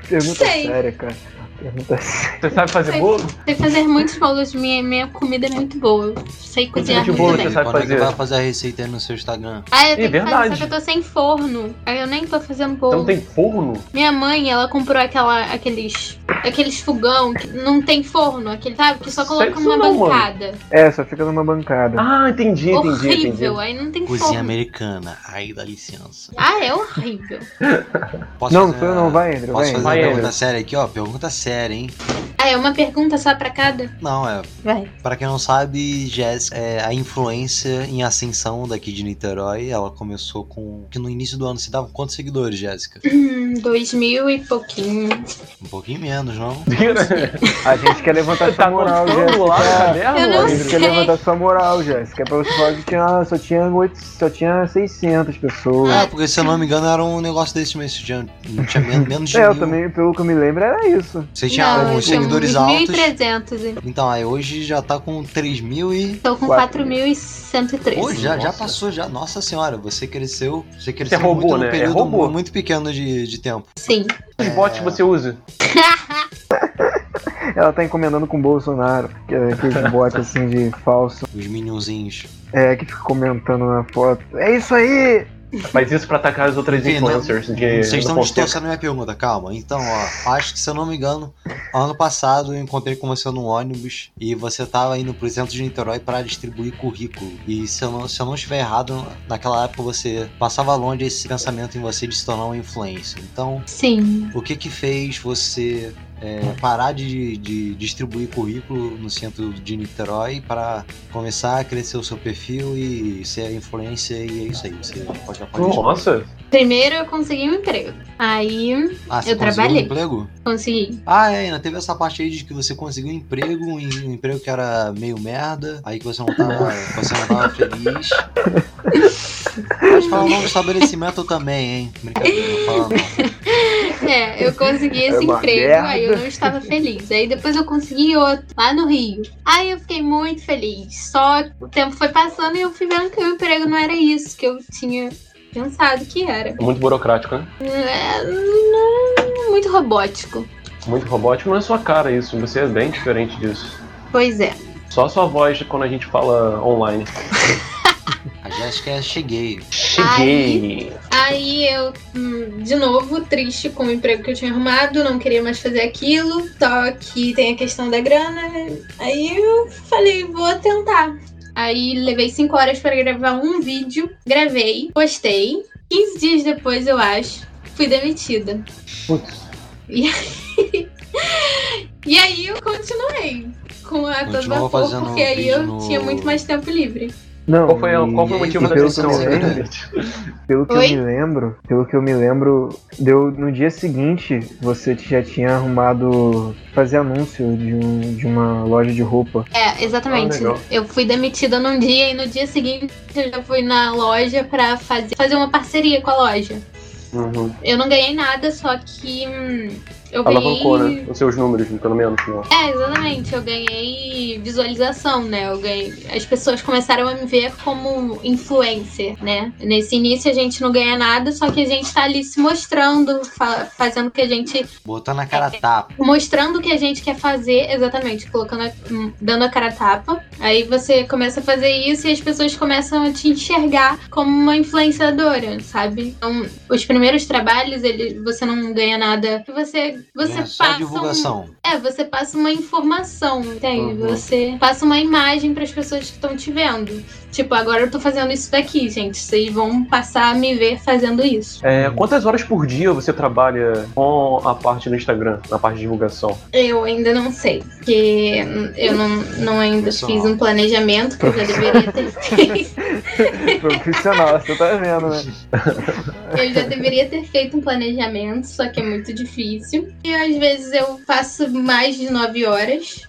S2: Pergunta
S4: Sei.
S2: séria, cara. Pergunta séria.
S3: Você sabe fazer
S4: Sei.
S3: bolo?
S4: Sei fazer muitos bolos, minha, minha comida é muito boa. Eu sei cozinhar
S3: tipo
S4: muito
S3: de bolo
S4: bem.
S3: você sabe
S5: Quando é
S3: fazer?
S5: que vai fazer a receita aí no seu Instagram?
S4: Ah, eu tenho
S3: Ih,
S4: que fazer, só
S3: verdade.
S4: que eu tô sem forno. Aí eu nem tô fazendo
S3: Então
S4: bolo.
S3: tem forno?
S4: Minha mãe, ela comprou aquela, aqueles, aqueles fogão que não tem forno, aquele, sabe? Que só
S3: Sei
S4: coloca
S3: disso
S4: numa
S3: não, mano.
S4: bancada.
S2: É, só fica numa bancada.
S3: Ah, entendi, entendi,
S4: horrível,
S3: entendi.
S4: aí não tem
S5: Cozinha
S4: forno.
S5: americana. Aí dá licença.
S4: Ah, é horrível.
S5: Posso
S2: não, não
S5: fazer
S2: sou
S3: é.
S2: eu
S5: a-
S2: não, vai, André,
S5: Posso
S2: vai.
S5: fazer
S2: André.
S5: uma
S3: Vai,
S5: pergunta
S3: Andrew.
S5: séria aqui, ó? Pergunta séria, hein?
S4: Ah, é uma pergunta só pra cada?
S5: Não, é.
S4: Vai.
S5: Pra quem não sabe, Jéssica é a influência em ascensão daqui de Niterói. Ela começou com. Que no início do ano se dava com quantos seguidores, Jéssica?
S4: Hum, dois mil e pouquinho.
S5: Um pouquinho menos, não?
S2: A gente quer levantar sua
S3: tá
S2: moral,
S3: contando lá no
S2: Jéssica.
S3: caderno?
S4: Eu não
S2: A
S3: Andrew?
S2: gente quer
S4: sei.
S2: levantar sua moral, Jéssica. É pra você falar que tinha, só, tinha oito, só tinha 600 pessoas.
S4: Ah,
S5: É, porque se eu não me engano era um negócio desse mesmo. Tinha, não tinha men- menos de
S2: É,
S5: mil.
S2: eu também, pelo que eu me lembro, era isso.
S5: Você tinha
S4: não,
S5: uns
S4: eu tinha
S5: seguidores
S4: uns
S5: altos.
S4: 1.300. hein?
S5: Então, aí hoje já tá com 3 mil e.
S4: Tô com
S2: Quatro
S4: 4.103.
S5: Pô, já, já
S3: Nossa.
S5: passou, já. Nossa senhora, você cresceu. Você cresceu
S3: roubou,
S5: muito num
S3: né? É
S5: período
S3: roubou.
S5: muito pequeno de, de tempo.
S4: Sim.
S3: Quantos botes você usa?
S2: Ela tá encomendando com o Bolsonaro, que é aquele bot assim de falso,
S5: Os minionzinhos.
S2: é, que fica comentando na foto. É isso aí!
S3: Faz isso pra atacar as outras
S5: Enfim,
S3: influencers de.
S5: Vocês
S3: do
S5: estão
S3: Fonseca.
S5: distorcendo minha pergunta, calma. Então, ó, acho que se eu não me engano, ano passado eu encontrei com você num ônibus e você tava indo pro centro de Niterói para distribuir currículo. E se eu, não, se eu não estiver errado, naquela época você passava longe esse pensamento em você de se tornar um influencer. Então,
S4: Sim.
S5: o que que fez você é, parar de, de distribuir currículo no centro de Niterói para começar a crescer o seu perfil e ser influencer? E é isso aí, você pode apontar.
S3: Nossa,
S4: Primeiro eu consegui um emprego. Aí
S5: Ah, você
S4: eu
S5: conseguiu
S4: trabalhei.
S5: Um emprego?
S4: consegui.
S5: Ah, é, ainda teve essa parte aí de que você conseguiu um emprego, um, um emprego que era meio merda, aí que você não tava, você não tava feliz. Pode falar o nome do estabelecimento também, hein? Brincadeira, não fala não.
S4: É, eu consegui esse
S2: uma
S4: emprego,
S2: merda.
S4: aí eu não estava feliz. Aí depois eu consegui outro, lá no Rio. Aí eu fiquei muito feliz. Só que o tempo foi passando e eu fui vendo que o emprego não era isso que eu tinha pensado que era.
S3: muito burocrático, né?
S4: É, não- é muito robótico.
S3: Muito robótico, não é sua cara isso. Você é bem diferente disso.
S4: Pois é.
S3: Só a sua voz quando a gente fala online.
S5: A Jéssica é cheguei.
S3: Cheguei!
S4: Aí eu, hum, de novo, triste com o emprego que eu tinha arrumado, não queria mais fazer aquilo, só que tem a questão da grana. Aí eu falei, vou tentar. Aí levei 5 horas para gravar um vídeo, gravei, postei. 15 dias depois, eu acho, fui demitida.
S2: Putz,
S4: E aí eu continuei com a toda
S5: Continuou
S4: vapor,
S5: fazendo um
S4: porque aí
S5: vídeo
S4: eu
S5: no-
S4: tinha muito mais tempo livre.
S2: Não,
S3: Qual foi, a- qual foi
S5: E
S3: o
S5: aí,
S3: motivo da
S2: pelo
S3: demissão?
S2: que eu lembro- Pelo que
S4: Oi?
S2: eu me lembro, pelo que eu me lembro, deu no dia seguinte você já tinha arrumado fazer anúncio de, um, de uma loja de roupa.
S4: É, exatamente.
S3: Ah, legal.
S4: eu fui demitida num dia e no dia seguinte eu já fui na loja pra fazer, fazer uma parceria com a loja.
S3: Uhum.
S4: Eu não ganhei nada, só que hum, eu ganhei.
S3: Alavancou, né? Os seus números, pelo menos. né? Não.
S4: É, exatamente. Eu ganhei visualização, né? Eu ganhei. As pessoas começaram a me ver como influencer, né? Nesse início a gente não ganha nada, só que a gente tá ali se mostrando, fa- fazendo o que a gente.
S5: Botando a cara a tapa.
S4: mostrando o que a gente quer fazer, exatamente, colocando a- hum, dando a cara a tapa. Aí você começa a fazer isso e as pessoas começam a te enxergar como uma influenciadora, sabe? Então, os primeiros trabalhos, ele, você não ganha nada. Você, você
S5: né? Só
S4: passa um
S5: divulgação.
S4: é, você passa uma informação, entende?
S3: Uhum.
S4: Você passa uma imagem para as pessoas que estão te vendo. Tipo, agora eu tô fazendo isso daqui, gente. Vocês vão passar a me ver fazendo isso.
S3: É, quantas horas por dia você trabalha com a parte do Instagram, na parte de divulgação?
S4: Eu ainda não sei, porque eu não, não ainda
S5: Só.
S4: fiz um planejamento que eu já deveria ter feito.
S2: Profissional, você tá vendo, né?
S4: Eu já deveria ter feito um planejamento, só que é muito difícil. E às vezes eu faço mais de nove horas.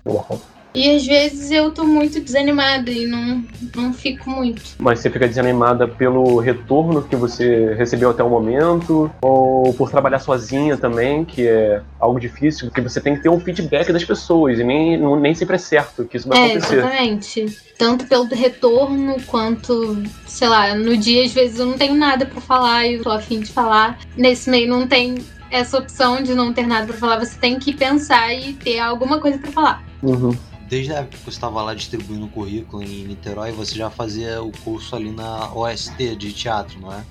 S4: E às vezes eu tô muito desanimada e não, não fico muito.
S3: Mas você fica desanimada pelo retorno que você recebeu até o momento, ou por trabalhar sozinha também, que é algo difícil, porque você tem que ter um feedback das pessoas, e nem, não- nem sempre é certo que isso vai
S4: É,
S3: acontecer.
S4: exatamente. Tanto pelo retorno, quanto, sei lá, no dia às vezes eu não tenho nada pra falar e eu tô afim de falar. Nesse meio não tem essa opção de não ter nada pra falar, você tem que pensar e ter alguma coisa pra falar.
S3: Uhum.
S5: Desde a época que você estava lá distribuindo currículo em Niterói, você já fazia o curso ali na OST de teatro, não é?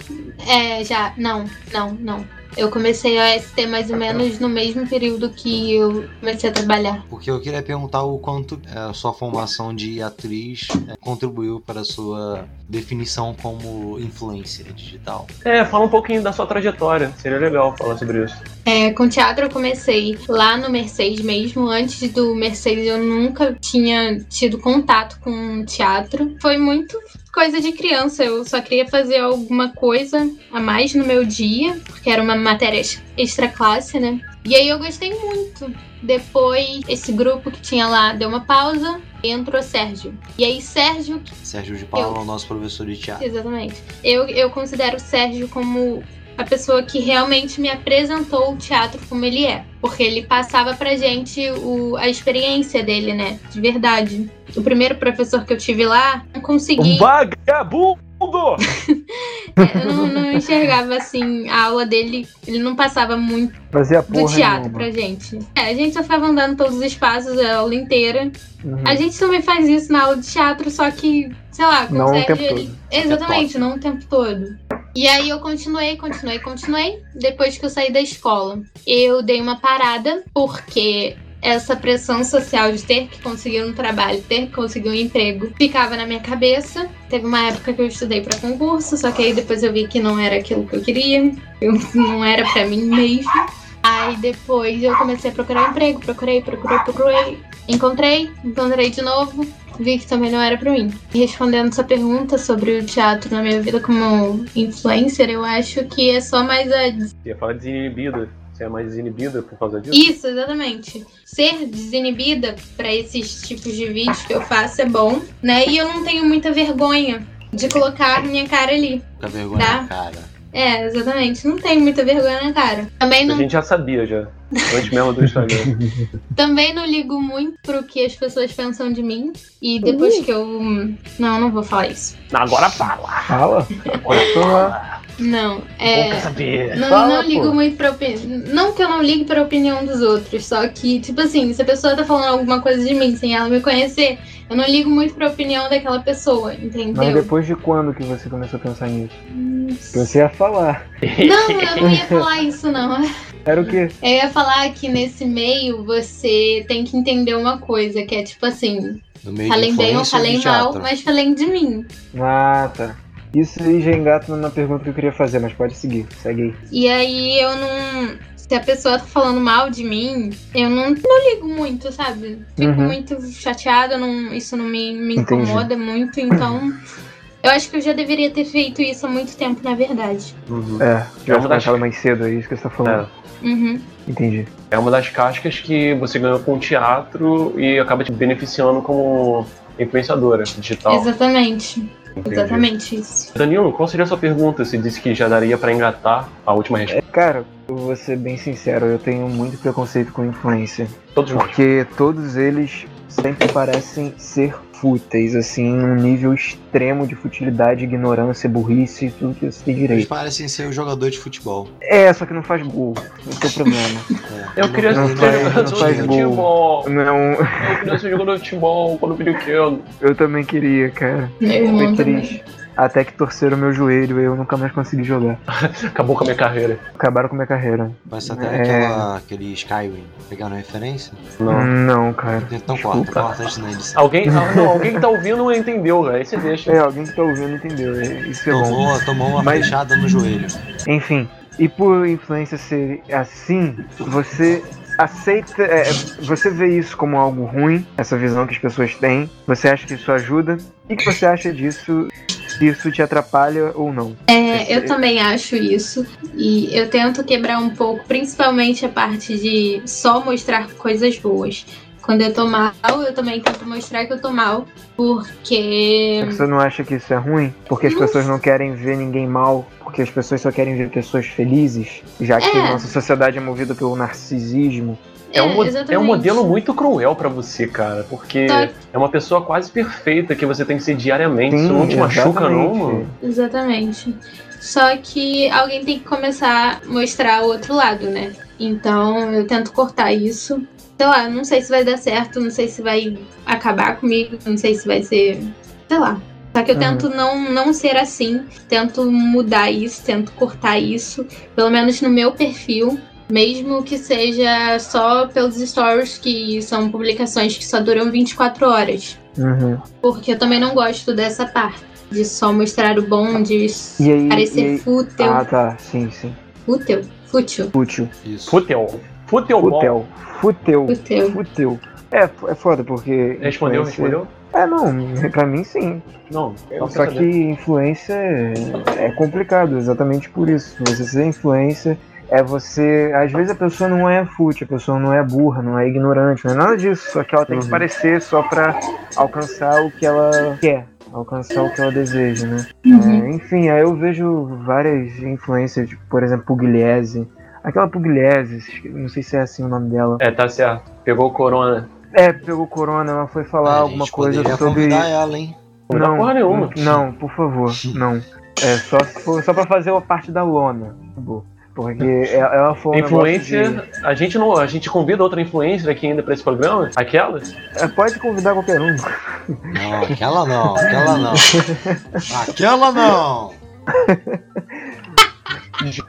S4: É, já, não, não, não. Eu comecei a OST mais ou
S3: Ah, tá.
S4: menos no mesmo período que eu comecei a trabalhar.
S5: Porque eu queria perguntar o quanto é, a sua formação de atriz é, contribuiu para a sua definição como influencer digital.
S3: É, fala um pouquinho da sua trajetória, seria legal falar sobre isso.
S4: É, com teatro eu comecei lá no Mercedes mesmo. Antes do Mercedes eu nunca tinha tido contato com teatro. Foi muito coisa de criança. Eu só queria fazer alguma coisa a mais no meu dia, porque era uma matéria ex- extra classe, né? E aí eu gostei muito. Depois esse grupo que tinha lá deu uma pausa e entrou Sérgio. E aí Sérgio
S5: Sérgio de Paula é o nosso professor de teatro.
S4: Exatamente. Eu, eu considero o Sérgio como a pessoa que realmente me apresentou o teatro como ele é. Porque ele passava pra gente o, a experiência dele, né? De verdade. O primeiro professor que eu tive lá, não consegui.
S3: Um
S4: é,
S3: Vagabundo!
S4: Eu não, não enxergava assim a aula dele. Ele não passava muito
S2: Fazer a
S4: do
S2: porra
S4: teatro
S2: nenhuma.
S4: pra gente. É, a gente só ficava andando pelos espaços a aula inteira.
S2: Uhum.
S4: A gente também faz isso na aula de teatro, só é que, sei lá, com
S2: Não
S4: o
S2: o
S4: Sérgio,
S2: tempo
S4: ele- Exatamente, não o tempo todo. E aí eu continuei, continuei, continuei. Depois que eu saí da escola, eu dei uma parada, porque essa pressão social de ter que conseguir um trabalho, ter que conseguir um emprego, ficava na minha cabeça. Teve uma época que eu estudei para concurso, só que aí depois eu vi que não era aquilo que eu queria, eu, não era para mim mesmo. Aí depois eu comecei a procurar emprego, procurei, procurei, procurei, encontrei, encontrei de novo, vi que também não era pra mim. E Respondendo essa pergunta sobre o teatro na minha vida como influencer, eu acho que é só mais a
S3: Você ia falar desinibida. Você é mais desinibida por causa disso?
S4: isso, exatamente. Ser desinibida pra esses tipos de vídeos que eu faço é bom, né? E eu não tenho muita vergonha de colocar minha cara ali.
S5: Com a vergonha
S4: Tá.
S5: na cara.
S4: É, exatamente. Não tenho muita vergonha na cara. Também
S3: A
S4: não,
S3: gente já sabia já. Antes mesmo do Instagram.
S4: também não ligo muito pro que as pessoas pensam de mim. E depois que eu. Não, não vou falar isso.
S3: Não, agora fala.
S2: Fala. Agora tô lá.
S4: Não, é.
S3: Quer saber?
S4: Não,
S2: Fala,
S4: não ligo
S2: pô.
S4: muito pra opinião. Não que eu não ligue pra opinião dos outros, só que, tipo assim, se a pessoa tá falando alguma coisa de mim sem ela me conhecer, eu não ligo muito pra opinião daquela pessoa,
S2: Mas
S4: entendeu?
S2: depois de quando que você começou a pensar nisso? Você ia falar.
S4: Não, eu não ia falar isso, não.
S2: Era o quê?
S4: Eu ia falar que nesse meio você tem que entender uma coisa, que é tipo assim,
S5: No meio
S4: falei
S5: de
S4: bem ou
S5: influencer e
S4: falei
S5: de
S4: mal,
S5: teatro.
S4: mas falei de mim.
S2: Ah, tá. Isso aí já engata na é pergunta que eu queria fazer, mas pode seguir. Segue aí.
S4: E aí eu não. Se a pessoa tá falando mal de mim, eu não, não ligo muito, sabe? Fico
S2: Uhum.
S4: muito chateada, não, isso não me, me
S2: Entendi.
S4: incomoda muito, então. Eu acho que eu já deveria ter feito isso há muito tempo, na verdade.
S3: Uhum.
S2: É, já
S3: Eu vou dar-
S2: começava mais cedo, é isso que você tá falando.
S3: É.
S4: Uhum.
S2: Entendi.
S3: É uma das cascas que você ganhou com o teatro e acaba te beneficiando como influenciadora digital.
S4: Exatamente.
S3: Entendi.
S4: Exatamente isso.
S3: Danilo, qual seria a sua pergunta? Você disse que já daria pra engatar a última resposta.
S2: É, Cara, eu vou ser bem sincero, eu tenho muito preconceito com influência.
S3: Todos nós.
S2: Porque todos eles sempre parecem ser fúteis, assim, num nível extremo de futilidade, ignorância, burrice e tudo que você tem
S5: Eles
S2: direito.
S5: parecem ser o jogador de futebol.
S2: É, só que não faz gol. Esse é o problema.
S5: É,
S3: Eu queria
S2: Não
S3: ser
S2: faz-
S3: jogador
S2: não faz
S3: de
S2: gol.
S3: futebol.
S2: Não,
S3: Eu queria ser jogador de futebol quando pequeno.
S2: eu também queria, cara.
S4: Meu
S2: Foi
S4: irmão também.
S2: triste. Até que torceram meu joelho e eu nunca mais consegui jogar.
S3: Acabou com a minha carreira.
S2: Acabaram com a minha carreira.
S5: Parece até
S2: É.
S5: aquela, aquele Skyrim. Pegaram a referência?
S3: Não.
S2: Não, cara.
S5: Então corta, corta isso na edição.
S3: Alguém, ah, não, alguém que tá ouvindo entendeu, cara. Aí você deixa.
S2: É, alguém que tá ouvindo entendeu. é- Isso é bom.
S5: Tomou, tomou uma
S2: Mas-
S5: fechada no joelho.
S2: Enfim, e por influência ser assim, você aceita, é, você vê isso como algo ruim, essa visão que as pessoas têm, você acha que isso ajuda? O que, que você acha disso? Se isso te atrapalha ou não?
S4: É, eu também acho isso. E eu tento quebrar um pouco, principalmente a parte de só mostrar coisas boas. Quando eu tô mal, eu também tento mostrar que eu tô mal, porque.
S2: Você não acha que isso é ruim? Porque as
S4: Não
S2: pessoas não querem ver ninguém mal, porque as pessoas só querem ver pessoas felizes, já que
S4: É.
S2: nossa sociedade é movida pelo narcisismo.
S3: É um, mo-
S4: exatamente.
S3: é um modelo muito cruel pra você, cara, porque
S4: Tá.
S3: é uma pessoa quase perfeita que você tem que ser diariamente. Isso não te
S2: Sim,
S3: machuca, não,
S2: exatamente.
S3: mano?
S4: Exatamente. Só que alguém tem que começar a mostrar o outro lado, né? Então eu tento cortar isso. Sei lá, não sei se vai dar certo, não sei se vai acabar comigo, não sei se vai ser. Sei lá. Só que eu
S2: Uhum.
S4: tento não, não ser assim, tento mudar isso, tento cortar isso, pelo menos no meu perfil. Mesmo que seja só pelos stories, que são publicações que só duram 24 horas.
S2: Uhum.
S4: Porque eu também não gosto dessa parte. De só mostrar o bom, de s-
S2: E aí-
S4: parecer
S2: e aí-
S4: fútil.
S2: Ah, tá. Sim, sim.
S4: Fútil? Fútil.
S2: Fútil.
S5: Isso.
S3: Futeu. Futeu bom.
S2: Futel. Futel.
S4: Fútil.
S2: Fudeu. É, é foda, porque.
S3: Respondeu,
S2: influência-
S3: respondeu?
S2: É, não, pra mim sim.
S3: Não. não
S2: Só Então,
S3: quer
S2: que
S3: saber.
S2: influência é é complicado, exatamente por isso. Você ser influência é você. Às vezes a pessoa não é fútil, a pessoa não é burra, não é ignorante, não é nada disso. Só que ela tem que
S3: Uhum.
S2: parecer só pra alcançar o que ela quer. Alcançar o que ela deseja, né? É, enfim, aí eu vejo várias influências, tipo, por exemplo, Pugliese. Aquela Pugliese, não sei se é assim o nome dela.
S3: É, tá certo. Pegou o corona.
S2: É, pegou corona, ela foi falar
S5: A É, gente
S2: alguma coisa
S5: poderia
S2: sobre.
S5: convidar ela, hein?
S3: Não dá porra nenhuma.
S2: Não, por favor, não. É só se for, só para fazer a parte da lona, acabou. porque ela ela foi um
S3: influência.
S2: negócio
S3: A gente não. A gente convida outra influencer aqui ainda pra esse programa? Aquela?
S2: de- É, pode convidar qualquer um.
S5: Não, aquela não, aquela não. Aquela não!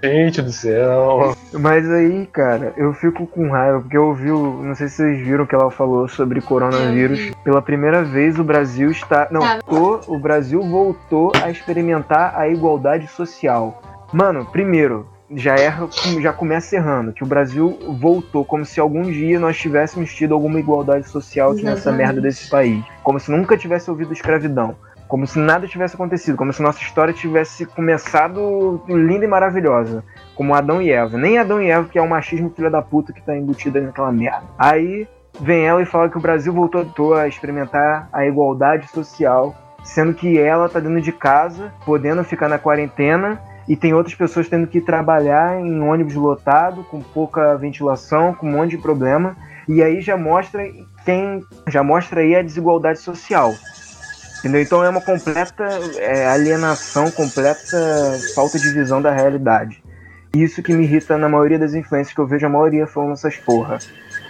S3: Gente do céu.
S2: Mas aí, cara, eu fico com raiva, porque eu ouvi, o- não sei se vocês viram que ela falou sobre coronavírus. Pela primeira vez o Brasil está. Não,
S4: Tá.
S2: tô- o Brasil voltou a experimentar a igualdade social. Mano, primeiro, já erra, já começa errando, que o Brasil voltou como se algum dia nós tivéssemos tido alguma igualdade social aqui nessa
S4: Exatamente.
S2: merda desse país. Como se nunca tivesse ouvido escravidão. Como se nada tivesse acontecido, como se nossa história tivesse começado linda e maravilhosa como Adão e Eva. Nem Adão e Eva, que é o machismo filha da puta que tá embutido aí naquela merda. Aí vem ela e fala que o Brasil voltou à toa a experimentar a igualdade social, sendo que ela tá dentro de casa, podendo ficar na quarentena, e tem outras pessoas tendo que trabalhar em ônibus lotado, com pouca ventilação, com um monte de problema. E aí já mostra quem. Já mostra aí a desigualdade social. Entendeu? Então é uma completa é, alienação, completa falta de visão da realidade. Isso que me irrita na maioria das influências que eu vejo a maioria falando essas porra.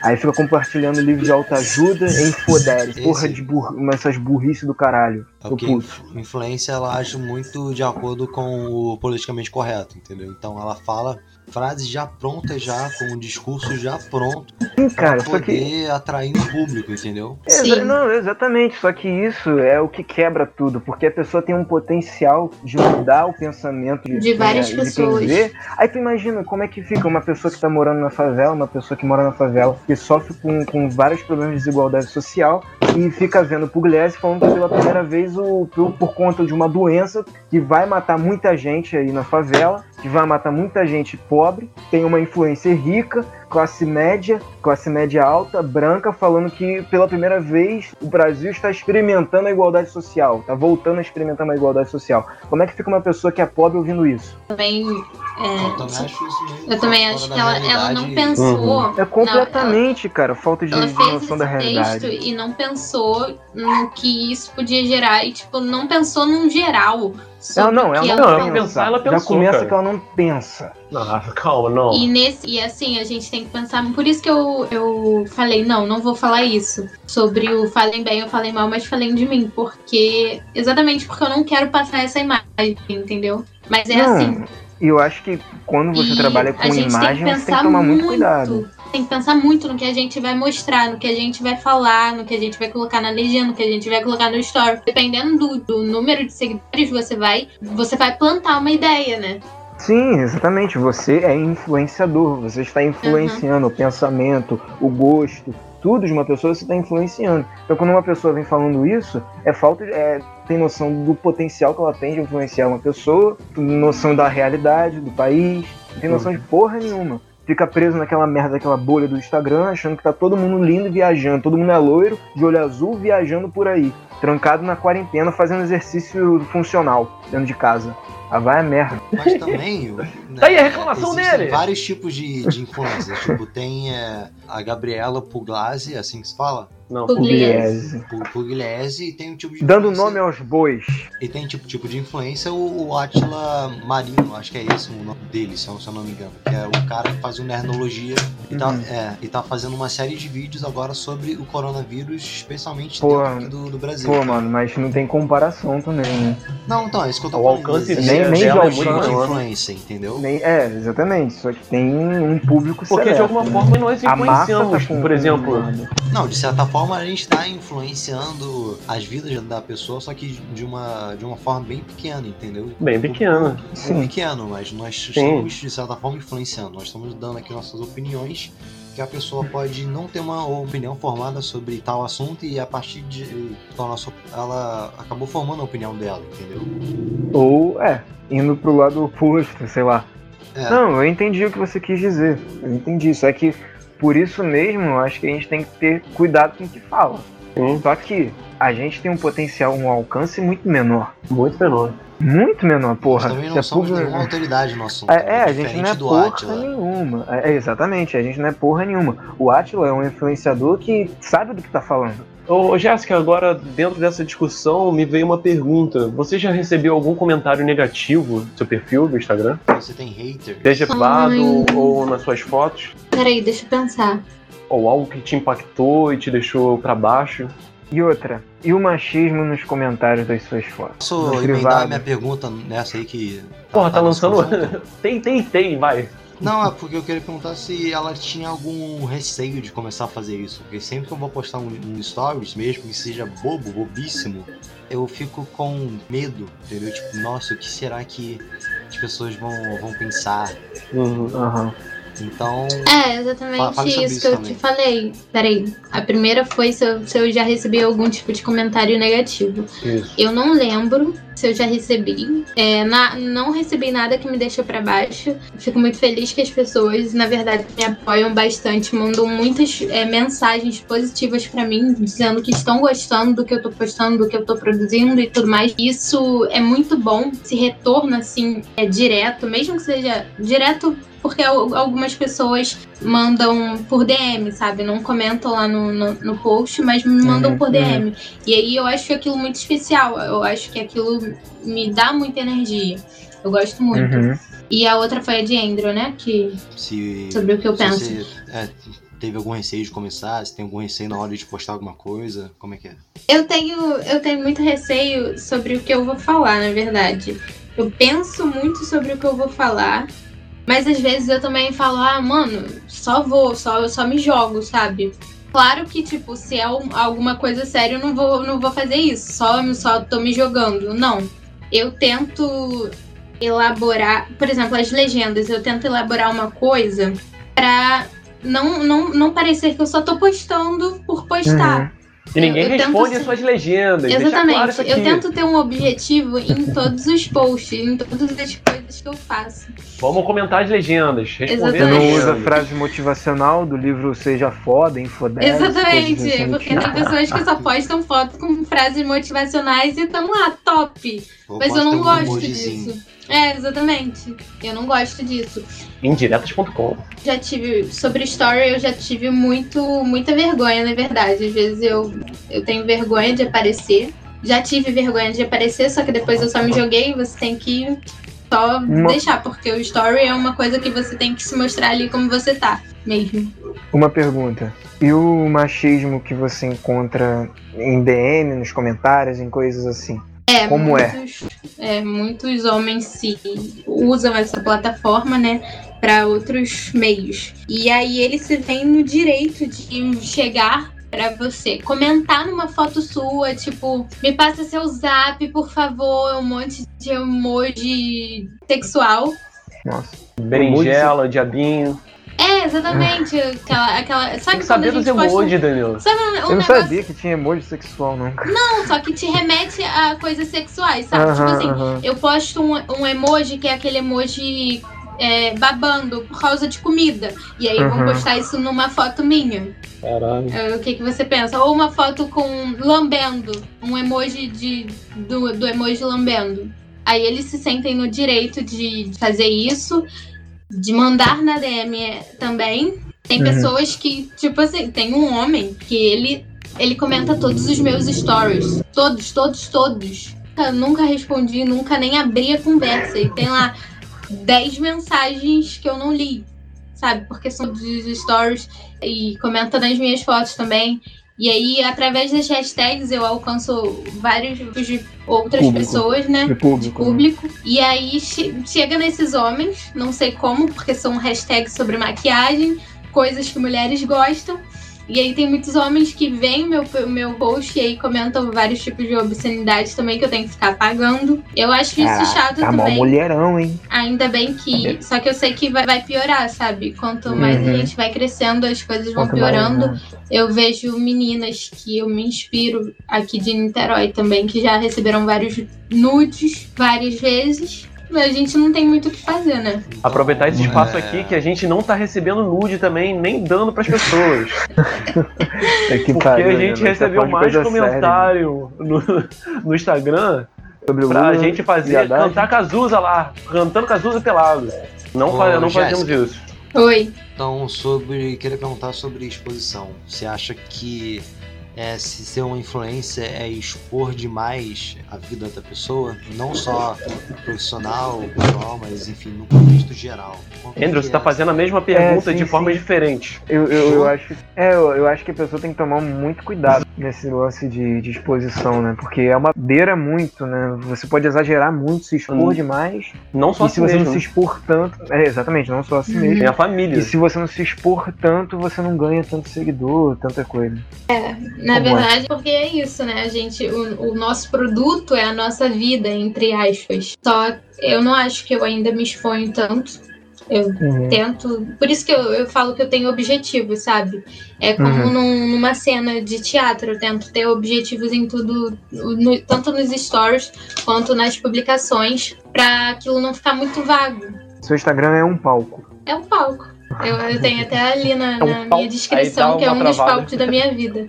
S2: Aí fica compartilhando livros de autoajuda em foderes. Porra
S5: Esse-
S2: de burro, mas essas burrice do caralho.
S5: É
S2: Tô
S5: porque
S2: puto.
S5: inf- influência ela age muito de acordo com o politicamente correto, entendeu? Então ela fala frases já prontas, já com um discurso já pronto,
S2: Sim, cara,
S5: pra
S2: só que.
S5: poder atrair o público, entendeu?
S2: Exa-
S4: Sim.
S2: Não, exatamente. Só que isso é o que quebra tudo, porque a pessoa tem um potencial de mudar o pensamento de,
S4: De várias
S2: de quem
S4: pessoas.
S2: vê. Aí tu imagina como é que fica uma pessoa que tá morando na favela, uma pessoa que mora na favela, que sofre com, com vários problemas de desigualdade social e fica vendo o Pugliese falando que pela primeira vez o, por, por conta de uma doença que vai matar muita gente aí na favela, que vai matar muita gente pobre, tem uma influência rica, classe média, classe média alta, branca, falando que pela primeira vez o Brasil está experimentando a igualdade social, tá voltando a experimentar uma igualdade social. Como é que fica uma pessoa que é pobre ouvindo isso?
S4: Também,
S5: Eu também
S4: é,
S5: acho isso meio
S4: eu também
S5: fora
S4: acho
S5: da
S4: que ela, ela não
S5: realidade.
S4: pensou.
S2: É completamente, cara, falta de,
S4: Ela
S2: de
S4: fez
S2: Uhum. noção
S4: esse
S2: da
S4: texto
S2: realidade.
S4: e não pensou no que isso podia gerar. E, tipo, não pensou num geral.
S2: Ela
S4: sobre
S2: não, ela
S4: o que
S2: não,
S3: ela
S2: pensa.
S3: pensou. Ela
S2: Já
S3: pensou,
S2: começa
S3: cara.
S2: que ela não pensa.
S3: Não, calma, não.
S4: E, nesse, e assim, a gente tem que pensar. Por isso que eu, eu falei, não, não vou falar isso. Sobre o falem bem, eu falei mal, mas falem de mim. Porque. Exatamente porque eu não quero passar essa imagem, entendeu? Mas é
S2: Não,
S4: assim.
S2: E eu acho que quando você
S4: e
S2: trabalha com
S4: a gente
S2: imagem,
S4: tem que
S2: você tem
S4: pensar
S2: que tomar muito cuidado.
S4: Tem que pensar muito no que a gente vai mostrar, no que a gente vai falar, no que a gente vai colocar na legenda, no que a gente vai colocar no story. Dependendo do, do número de seguidores, você vai, você vai plantar uma ideia, né?
S2: Sim, exatamente. Você é influenciador. Você está influenciando o pensamento, o gosto, tudo de uma pessoa você está influenciando. Então, quando uma pessoa vem falando isso, é falta de. é, tem noção do potencial que ela tem de influenciar uma pessoa, noção da realidade, do país, não tem noção de porra nenhuma. Fica preso naquela merda, daquela bolha do Instagram, achando que tá todo mundo lindo e viajando, todo mundo é loiro, de olho azul, viajando por aí, trancado na quarentena, fazendo exercício funcional dentro de casa. Ah, vai a merda.
S5: Mas também.
S2: Tá
S5: né,
S3: Daí Tá a reclamação
S5: existem
S3: dele.
S5: vários tipos de, de influência. tipo, tem é, a Gabriela Puglisi, assim que se fala.
S3: Não,
S2: Pugliese.
S5: Pug- Pugliese, e tem um tipo de.
S2: Dando
S5: influência-
S2: nome aos bois.
S5: E tem tipo, tipo de influência o, o Atila Marino, acho que é esse o nome dele, se eu, se eu não me engano. Que é o cara que faz o Nerdologia e, tá,
S2: Uhum.
S5: é, e tá fazendo uma série de vídeos agora sobre o coronavírus, especialmente
S2: Pô,
S5: dentro aqui do, do Brasil.
S2: Pô, mano, mas não tem comparação também, né?
S5: Não, então, é isso que eu tô
S3: O
S5: falando.
S3: alcance
S2: dela
S5: existe um
S2: é
S5: tipo
S2: muito
S5: de
S3: maior, né?
S5: influência, entendeu?
S2: Nem- é, exatamente. Só que tem um público
S3: Porque de
S2: seleto,
S3: alguma
S2: né?
S3: forma nós
S2: a massa tá
S3: influenciamos,
S2: com-
S3: por exemplo.
S5: Não, de certa forma a gente tá influenciando as vidas da pessoa, só que de uma, de uma forma bem pequena, entendeu?
S3: Bem pequena.
S5: é
S2: Sim.
S5: pequeno, mas nós estamos, de certa forma, influenciando. Nós estamos dando aqui nossas opiniões, que a pessoa pode não ter uma opinião formada sobre tal assunto e a partir de da nossa, ela acabou formando a opinião dela, entendeu?
S2: Ou, é, indo pro lado oposto, sei lá.
S5: É.
S2: Não, eu entendi o que você quis dizer. Eu entendi. Só que por isso mesmo, eu acho que a gente tem que ter cuidado com o que fala.
S3: Sim.
S2: Só que a gente tem um potencial, um alcance muito menor.
S3: Muito menor.
S2: Muito menor, porra.
S5: nós também
S2: Se a
S5: não somos
S2: público-
S5: nenhuma autoridade no assunto. né?
S2: É, é, a gente
S5: diferente
S2: não é
S5: do
S2: porra
S5: Átila.
S2: nenhuma. É, é, exatamente, a gente não é porra nenhuma. O Atila é um influenciador que sabe do que tá falando.
S3: Ô, Jéssica, agora dentro dessa discussão me veio uma pergunta. Você já recebeu algum comentário negativo no seu perfil do Instagram?
S5: Você tem hater.
S3: Seja privado
S4: Ai.
S3: ou nas suas fotos?
S4: Peraí, deixa eu pensar.
S3: Ou algo que te impactou e te deixou pra baixo?
S2: E outra, e o machismo nos comentários das suas fotos?
S5: Posso
S2: No
S5: emendar
S2: privado.
S5: a minha pergunta nessa aí que.
S3: Porra,
S2: Ah,
S3: tá lançando.
S5: discussão?
S3: tem, tem, tem, vai.
S5: Não, é porque eu queria perguntar se ela tinha algum receio de começar a fazer isso. Porque sempre que eu vou postar um, um stories, mesmo que seja bobo, bobíssimo, eu fico com medo, entendeu? Tipo, nossa, o que será que as pessoas vão, vão pensar?
S2: Aham.
S5: Então,
S4: É,
S5: Fala-
S4: exatamente
S5: fala sobre
S4: isso,
S5: isso
S4: que eu
S5: também.
S4: te falei. Peraí, a primeira foi se eu, se eu já recebi algum tipo de comentário negativo.
S3: Isso.
S4: Eu não lembro se eu já recebi. É, na- não recebi nada que me deixa pra baixo. Fico muito feliz que as pessoas, na verdade, me apoiam bastante, mandam muitas é, mensagens positivas pra mim, dizendo que estão gostando do que eu tô postando, do que eu tô produzindo e tudo mais. Isso é muito bom. Esse retorno, assim, é direto, mesmo que seja direto. Porque al- algumas pessoas mandam por DM, sabe? Não comentam lá no, no, no post, mas me mandam
S2: Uhum,
S4: por
S2: uhum.
S4: DM. E aí eu acho aquilo muito especial. Eu acho que aquilo me dá muita energia. Eu gosto muito.
S2: Uhum.
S4: E a outra foi a de Andrew, né? Que,
S5: se.
S4: sobre o que eu
S5: se
S4: penso.
S5: você é, teve algum receio de começar, se tem algum receio na hora de postar alguma coisa, como é que é?
S4: Eu tenho, eu tenho muito receio sobre o que eu vou falar, na verdade. Eu penso muito sobre o que eu vou falar. Mas às vezes eu também falo, ah, mano, só vou, só, eu só me jogo, sabe? Claro que, tipo, se é um- alguma coisa séria, eu não vou, não vou fazer isso. Só, só tô me jogando. Não. Eu tento elaborar, por exemplo, as legendas, eu tento elaborar uma coisa pra não, não, não parecer que eu só tô postando por postar.
S2: Uhum.
S3: E ninguém
S4: Eu- eu tento
S3: responde
S4: ser-
S3: as suas legendas. Deixa
S4: Exatamente.
S3: claro isso aqui.
S4: eu tento ter um objetivo em todos os posts, em todas as coisas que eu faço.
S3: Vamos comentar as legendas. Responder
S2: Você
S3: as
S4: Exatamente.
S2: não
S3: legendas.
S2: usa frase motivacional do livro Seja Foda,
S3: É,
S2: Infodel.
S4: Exatamente.
S2: assim.
S4: Porque tem pessoas que só postam foto com frases motivacionais e tamo lá, top.
S5: Ou
S4: Mas eu
S5: posta
S4: não
S5: um
S4: gosto
S5: emojizinho.
S4: disso. É, exatamente. Eu não gosto disso.
S3: Indiretas.com.
S4: Já tive. Sobre story, eu já tive muito, muita vergonha, na verdade. Às vezes eu, eu tenho vergonha de aparecer. Já tive vergonha de aparecer, só que depois eu só me joguei. Você tem que só
S2: Uma-
S4: deixar, porque o story é uma coisa que você tem que se mostrar ali como você tá, mesmo.
S2: Uma pergunta. E o machismo que você encontra em DM, nos comentários, em coisas assim?
S4: É,
S2: Como é?
S4: muitos, é? Muitos homens se usam essa plataforma, né, para outros meios. E aí ele se vem no direito de chegar pra você, comentar numa foto sua, tipo, me passa seu zap, por favor, um monte de emoji sexual. um
S2: Nossa.
S3: Berinjela, diabinho.
S4: É, exatamente,
S2: Hum.
S4: aquela, aquela, sabe
S3: Tem que
S4: quando a
S3: saber
S4: gente
S3: dos
S4: posta um-
S3: emojis, Danilo.
S4: Sabe um, um
S2: Eu não
S4: negócio
S2: sabia que tinha emoji sexual nunca.
S4: só que te remete a coisas sexuais, sabe? tipo assim, eu posto um, um emoji que é aquele emoji é, babando por causa de comida. E aí vão
S2: Uhum.
S4: postar isso numa foto minha.
S3: Caralho.
S4: É, o que, que você pensa? Ou uma foto com lambendo, um emoji de, do, do emoji lambendo. Aí eles se sentem no direito de fazer isso, de mandar na DM também. Tem
S2: Uhum.
S4: pessoas que, tipo assim, tem um homem que ele, ele comenta todos os meus stories. Todos, todos, todos. Nunca, nunca respondi, nunca nem abri a conversa. E tem lá 10 mensagens que eu não li, sabe? Porque são dos stories e comenta nas minhas fotos também. E aí, através das hashtags, eu alcanço vários grupos de outras
S2: Público.
S4: pessoas, né?
S2: De
S4: de
S2: público. né?
S4: público. E aí che- chega nesses homens, não sei como, porque são hashtags sobre maquiagem, coisas que mulheres gostam. E aí tem muitos homens que veem meu, meu post e aí comentam vários tipos de obscenidade também que eu tenho que ficar pagando. Eu acho isso
S2: Caraca,
S4: chato
S2: Tá mó
S4: também.
S2: mulherão, hein?
S4: Ainda bem que. Só que eu sei que vai, vai piorar, sabe? Quanto mais a
S2: Uhum.
S4: gente vai crescendo, as coisas vão
S2: Quanto mais,
S4: piorando.
S2: né?
S4: Eu vejo meninas que eu me inspiro aqui de Niterói também, que já receberam vários nudes várias vezes. Mas a gente não tem muito o que fazer, né?
S5: Então,
S3: Aproveitar esse espaço
S5: é,
S3: aqui que a gente não tá recebendo nude também, nem dando pras pessoas.
S2: É que
S3: Porque
S2: pariu,
S3: a
S2: né?
S3: gente
S2: Mas tá
S3: recebeu
S2: falando de
S3: mais
S2: coisa séria, né?
S3: comentário no, no Instagram
S2: sobre o
S3: pra
S2: Lula,
S3: gente fazer
S2: Haddad.
S3: cantar Cazuza lá, cantando Cazuza pelado. Não,
S5: Ô,
S3: fa- não fazemos
S5: Jéssica.
S3: isso.
S4: Oi.
S5: Então, sobre. Queria perguntar sobre exposição. Você acha que é, se ser uma influência é expor demais a vida da pessoa? Não só profissional, pessoal, mas enfim, no contexto geral. Qual que
S3: Andrew, você
S5: é
S3: tá
S5: essa?
S3: fazendo a mesma pergunta
S2: sim,
S3: de formas
S2: sim.
S3: diferentes.
S2: Eu, eu, eu acho, é, eu, eu acho que a pessoa tem que tomar muito cuidado. nesse lance de, de exposição, né? Porque é uma beira muito, né? Você pode exagerar muito, se expor
S3: Hum.
S2: demais.
S3: Não só
S2: e se
S3: assim
S2: você
S3: mesmo. É
S2: não se expor tanto. É, exatamente, não só a si
S4: Uhum.
S2: mesmo.
S3: Tem a família.
S2: E se você não se expor tanto, você não ganha tanto seguidor, tanta coisa.
S4: Na
S2: Como é?
S4: verdade, porque é isso, né? A gente, o, o nosso produto é a nossa vida, entre aspas. Só eu não acho que eu ainda me exponho tanto. Eu
S2: Uhum.
S4: tento. Por isso que eu, eu falo que eu tenho objetivos, sabe? É como
S2: Uhum.
S4: num- numa cena de teatro, eu tento ter objetivos em tudo, no- tanto nos stories quanto nas publicações, pra aquilo não ficar muito vago.
S2: Seu Instagram é um palco.
S4: É um palco. Eu, eu tenho até ali na,
S3: um
S4: na
S3: palco.
S4: minha
S3: Aí
S4: descrição
S3: dá
S4: que é um
S3: uma
S4: dos
S3: travada.
S4: palcos da minha vida. Uhum.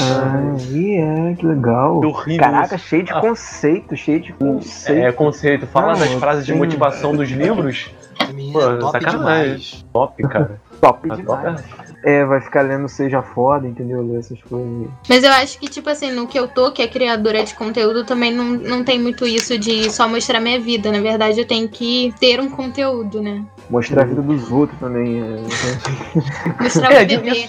S2: Ah, e é, que legal.
S3: É horrível
S2: Caraca,
S3: isso.
S2: cheio de
S3: Ah.
S2: conceito, cheio de conceito.
S3: É conceito. Fala
S2: Não,
S3: nas frases de
S2: tem-
S3: motivação dos livros.
S5: A menina
S3: Pô,
S5: é top
S3: sacanagem.
S5: demais.
S3: Top, cara.
S2: top
S3: Tá top,
S2: demais. É, vai ficar lendo Seja Foda, entendeu? Ler essas coisas.
S4: Mas eu acho que, tipo assim, no que eu tô, que é criadora de conteúdo, também não, não tem muito isso de só mostrar minha vida. Na verdade, eu tenho que ter um conteúdo, né?
S2: Mostrar a vida dos outros também. é.
S4: Mostrar
S3: É,
S4: o
S3: de-
S4: bebê.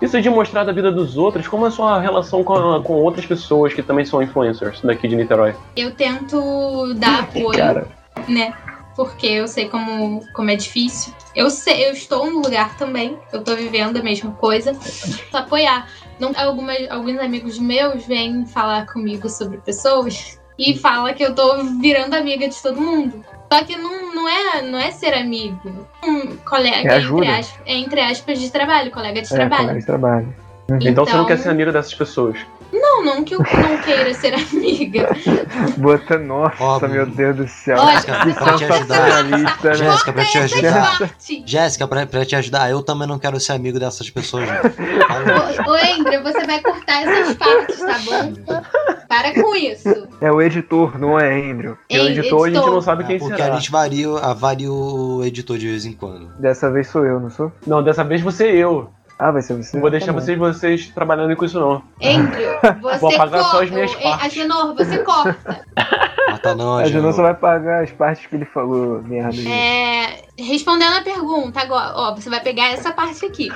S3: Isso de mostrar da vida dos outros, como é a sua relação com, a- com outras pessoas que também são influencers daqui de Niterói?
S4: Eu tento dar apoio,
S2: é,
S3: Cara.
S4: né? Porque eu sei como, como é difícil. Eu sei, eu estou no lugar também. Eu tô vivendo a mesma coisa. Só apoiar. Não, algumas, alguns amigos meus vêm falar comigo sobre pessoas e fala que eu tô virando amiga de todo mundo. Só que não, não, é, não é ser amigo. Um colega,
S2: É
S4: entre
S2: ajuda.
S4: aspas, é entre aspas, de trabalho, colega de
S2: É,
S4: trabalho.
S2: colega de trabalho.
S3: Então, você não quer ser amigo dessas pessoas.
S4: Não, não que eu não queira ser amiga.
S2: Bota, nossa,
S5: Ó,
S2: meu Deus do céu.
S4: Lógico,
S5: Jéssica, pra te ajudar.
S2: Sensacionalista, né?
S5: Jéssica, é pra te ajudar.
S4: Sorte!
S5: Jéssica, pra, pra te ajudar, eu também não quero ser amigo dessas pessoas. não. Falou.
S4: Ô, ô, André, você vai cortar essas partes, tá bom? Para com isso.
S2: É o editor, não é, Andrew?
S3: E o
S4: Ei,
S3: editor, a gente
S4: editor.
S3: não sabe quem
S5: É, porque
S3: será.
S5: a gente varia, ah, varia o editor de vez em quando.
S2: Dessa vez sou eu, não sou?
S3: Não, dessa vez você é eu.
S2: Ah, vai ser você?
S3: Não vou deixar
S2: Tá bom.
S3: vocês, vocês trabalhando com isso, não.
S4: Andrew, você
S3: Vou apagar
S4: corta.
S3: só as minhas
S4: Ô, Ei,
S3: partes.
S4: Agenor, você corta.
S5: Mas tá não,
S2: A Janão só
S5: Agenor.
S2: vai pagar as partes que ele falou, merda.
S4: É, respondendo a pergunta agora, ó, você vai pegar essa parte aqui.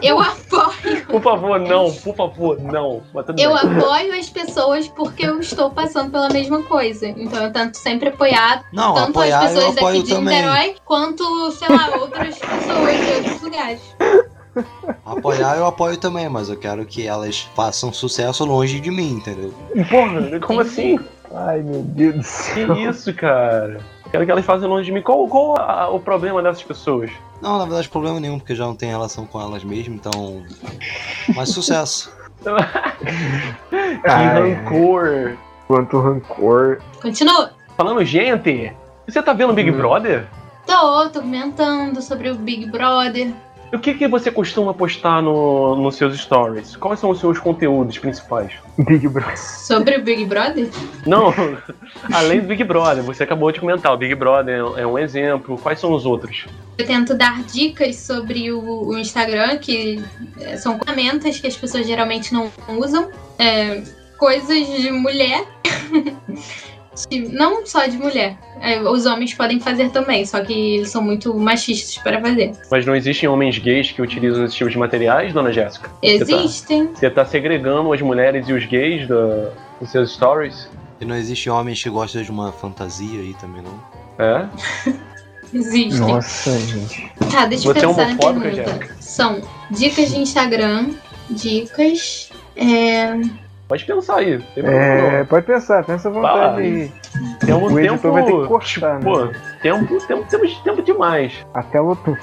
S4: Eu apoio,
S3: Por favor, não. Por favor, não. Mas tudo
S4: eu
S3: bem.
S4: apoio as pessoas porque eu estou passando pela mesma coisa. Então eu tento sempre apoiar
S5: Não,
S4: tanto
S5: apoiar
S4: as
S5: eu
S4: pessoas daqui
S5: apoio
S4: de
S5: também.
S4: Niterói quanto, sei lá, outras pessoas de outros lugares.
S5: Apoiar eu apoio também, mas eu quero que elas façam sucesso longe de mim, entendeu?
S3: Porra, como assim?
S2: Ai, meu Deus do céu.
S3: Que isso, cara? Eu Quero que elas façam longe de mim. Qual, qual a- o problema dessas pessoas?
S5: Não, na verdade, problema nenhum, porque eu já não tenho relação com elas mesmo, então. Mas sucesso.
S3: que
S2: Ai,
S3: rancor.
S2: quanto rancor.
S4: Continua.
S3: Falando, gente, você tá vendo Big
S2: Hum.
S3: Brother?
S4: Tô, tô comentando sobre o Big Brother.
S3: O que, que você costuma postar no, nos seus stories? Quais são os seus conteúdos principais?
S2: Big Brother.
S4: Sobre o Big Brother?
S3: Não, além do Big Brother, você acabou de comentar, o Big Brother é um exemplo, quais são os outros?
S4: Eu tento dar dicas sobre o, o Instagram, que eh, são ferramentas que as pessoas geralmente não usam. É, coisas de mulher. De- não só de mulher. É, os homens podem fazer também, só que eles são muito machistas para fazer.
S3: Mas não existem homens gays que utilizam esse tipo de materiais, dona Jéssica? Você tá-
S4: Existem.
S3: Você tá segregando as mulheres e os gays da, dos seus stories?
S5: E não existe homens que gostam de uma fantasia aí também, não.
S3: É?
S4: Existem.
S2: Nossa, gente.
S4: Tá, deixa eu
S3: Você é
S4: pensar na
S3: homofóbica,
S4: pergunta.
S3: Jéssica?
S4: São dicas de Instagram, dicas. é,
S3: Pode pensar aí. não tem problema
S2: É, pode pensar, pensa à vontade
S3: Fala.
S2: aí.
S3: não. Temos
S2: o editor
S3: tempo. tipo,
S2: vai ter que cortar, né?
S3: Pô, tempo, tempo, temos tempo demais.
S2: Até o outro.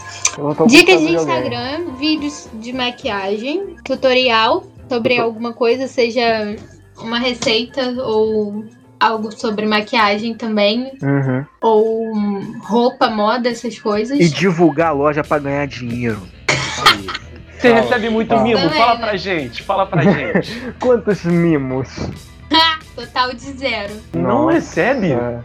S4: Dicas de Instagram, vídeos de maquiagem, tutorial sobre alguma coisa, seja uma receita ou algo sobre maquiagem também,
S2: Uhum.
S4: ou hum, roupa, moda, essas coisas.
S2: E divulgar a loja pra ganhar dinheiro.
S5: Aí.
S3: Você
S2: Fala,
S3: recebe muito
S2: fala.
S3: mimo?
S4: Também,
S3: Fala
S4: né?
S3: pra gente, fala pra gente.
S2: Quantos mimos?
S4: Total de zero.
S3: não
S2: Nossa.
S3: recebe?
S2: É.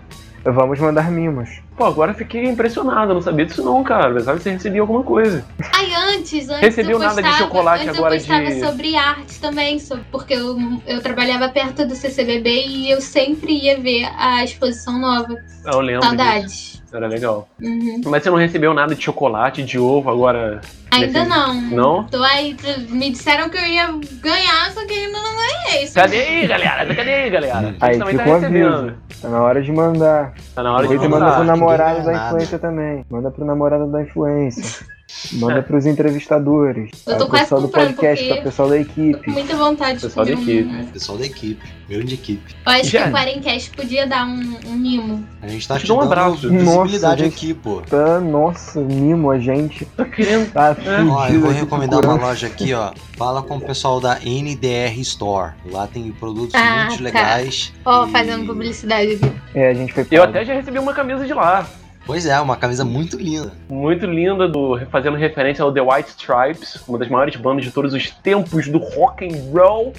S2: Vamos mandar mimos.
S3: Pô, agora eu fiquei impressionado, não sabia disso não, cara. Sabe que você recebia alguma coisa.
S4: Ai, antes, antes
S3: Recebeu
S4: eu
S3: nada de
S4: postava,
S3: chocolate
S4: antes
S3: agora
S4: eu postava
S3: de-
S4: sobre arte também, sobre- porque eu, eu trabalhava perto do CCBB e eu sempre ia ver a exposição nova.
S3: Ah, Eu lembro. disso.
S4: Saudades.
S3: Era legal.
S4: Uhum.
S3: Mas você não recebeu nada de chocolate, de ovo, agora
S4: Ainda
S3: Defende.
S4: não.
S3: Não?
S4: Tô aí, t- me disseram que eu ia ganhar, só que ainda não ganhei. Só-
S3: Cadê aí, galera? Cadê aí, galera? A gente
S2: Aí
S3: também
S2: fica o aviso. Tá na hora de mandar.
S3: Tá na hora de
S2: Aproveita e
S5: mandar.
S2: manda pro
S5: Ninguém
S2: namorado
S5: ganha
S2: da
S5: nada.
S2: influência também. Manda pro namorado da influência.
S3: É.
S2: Manda pros entrevistadores.
S4: Eu
S2: Pra
S4: tô quase
S2: pessoal do
S4: comprando,
S2: podcast,
S4: porque-
S2: pra pessoal da
S4: Tô com
S2: equipe.
S4: muita vontade de
S3: Pessoal
S4: comer
S3: da
S4: um.
S5: Pessoal da equipe, grande equipe.
S4: Eu acho que
S3: Já.
S4: o Quarencast podia dar um, um mimo.
S5: A gente tá
S3: Te
S5: te
S3: dou um
S5: dando
S3: abraço.
S5: visibilidade
S2: Nossa,
S5: aqui, pô.
S2: Tá, nossa, mimo a gente.
S3: Tô querendo.
S2: Tá
S5: Ó, eu
S2: fudido
S5: vou
S2: aqui
S5: recomendar uma
S2: procurando.
S5: loja aqui, ó. Fala com o pessoal da NDR Store. Lá tem produtos
S4: Ah,
S5: muito
S4: tá.
S5: legais.
S4: Ó,
S5: e-
S4: fazendo publicidade aqui.
S2: É, a gente foi
S3: Eu
S2: pago.
S3: até já recebi uma camisa de lá.
S5: Pois é, uma camisa muito linda.
S3: Muito linda, do, fazendo referência ao The White Stripes, uma das maiores bandas de todos os tempos do rock and roll.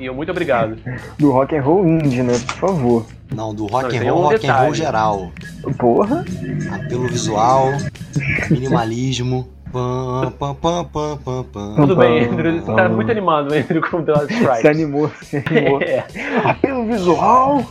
S3: E eu muito obrigado.
S2: Do rock and roll indie, né? Por favor.
S5: Não, do rock
S3: Não,
S5: and
S3: tem
S5: roll,
S3: um
S5: rock and roll
S3: detalhe.
S5: geral.
S2: Porra.
S5: Apelo visual, minimalismo. Pam, pam, pam, pam, pam, pam.
S3: Tudo bem,
S2: Pam,
S3: Andrew? Você
S2: pam.
S3: tá muito animado, Andrew, com The White
S2: Se
S3: Stripes.
S2: animou, se animou.
S3: É.
S2: Apelo visual.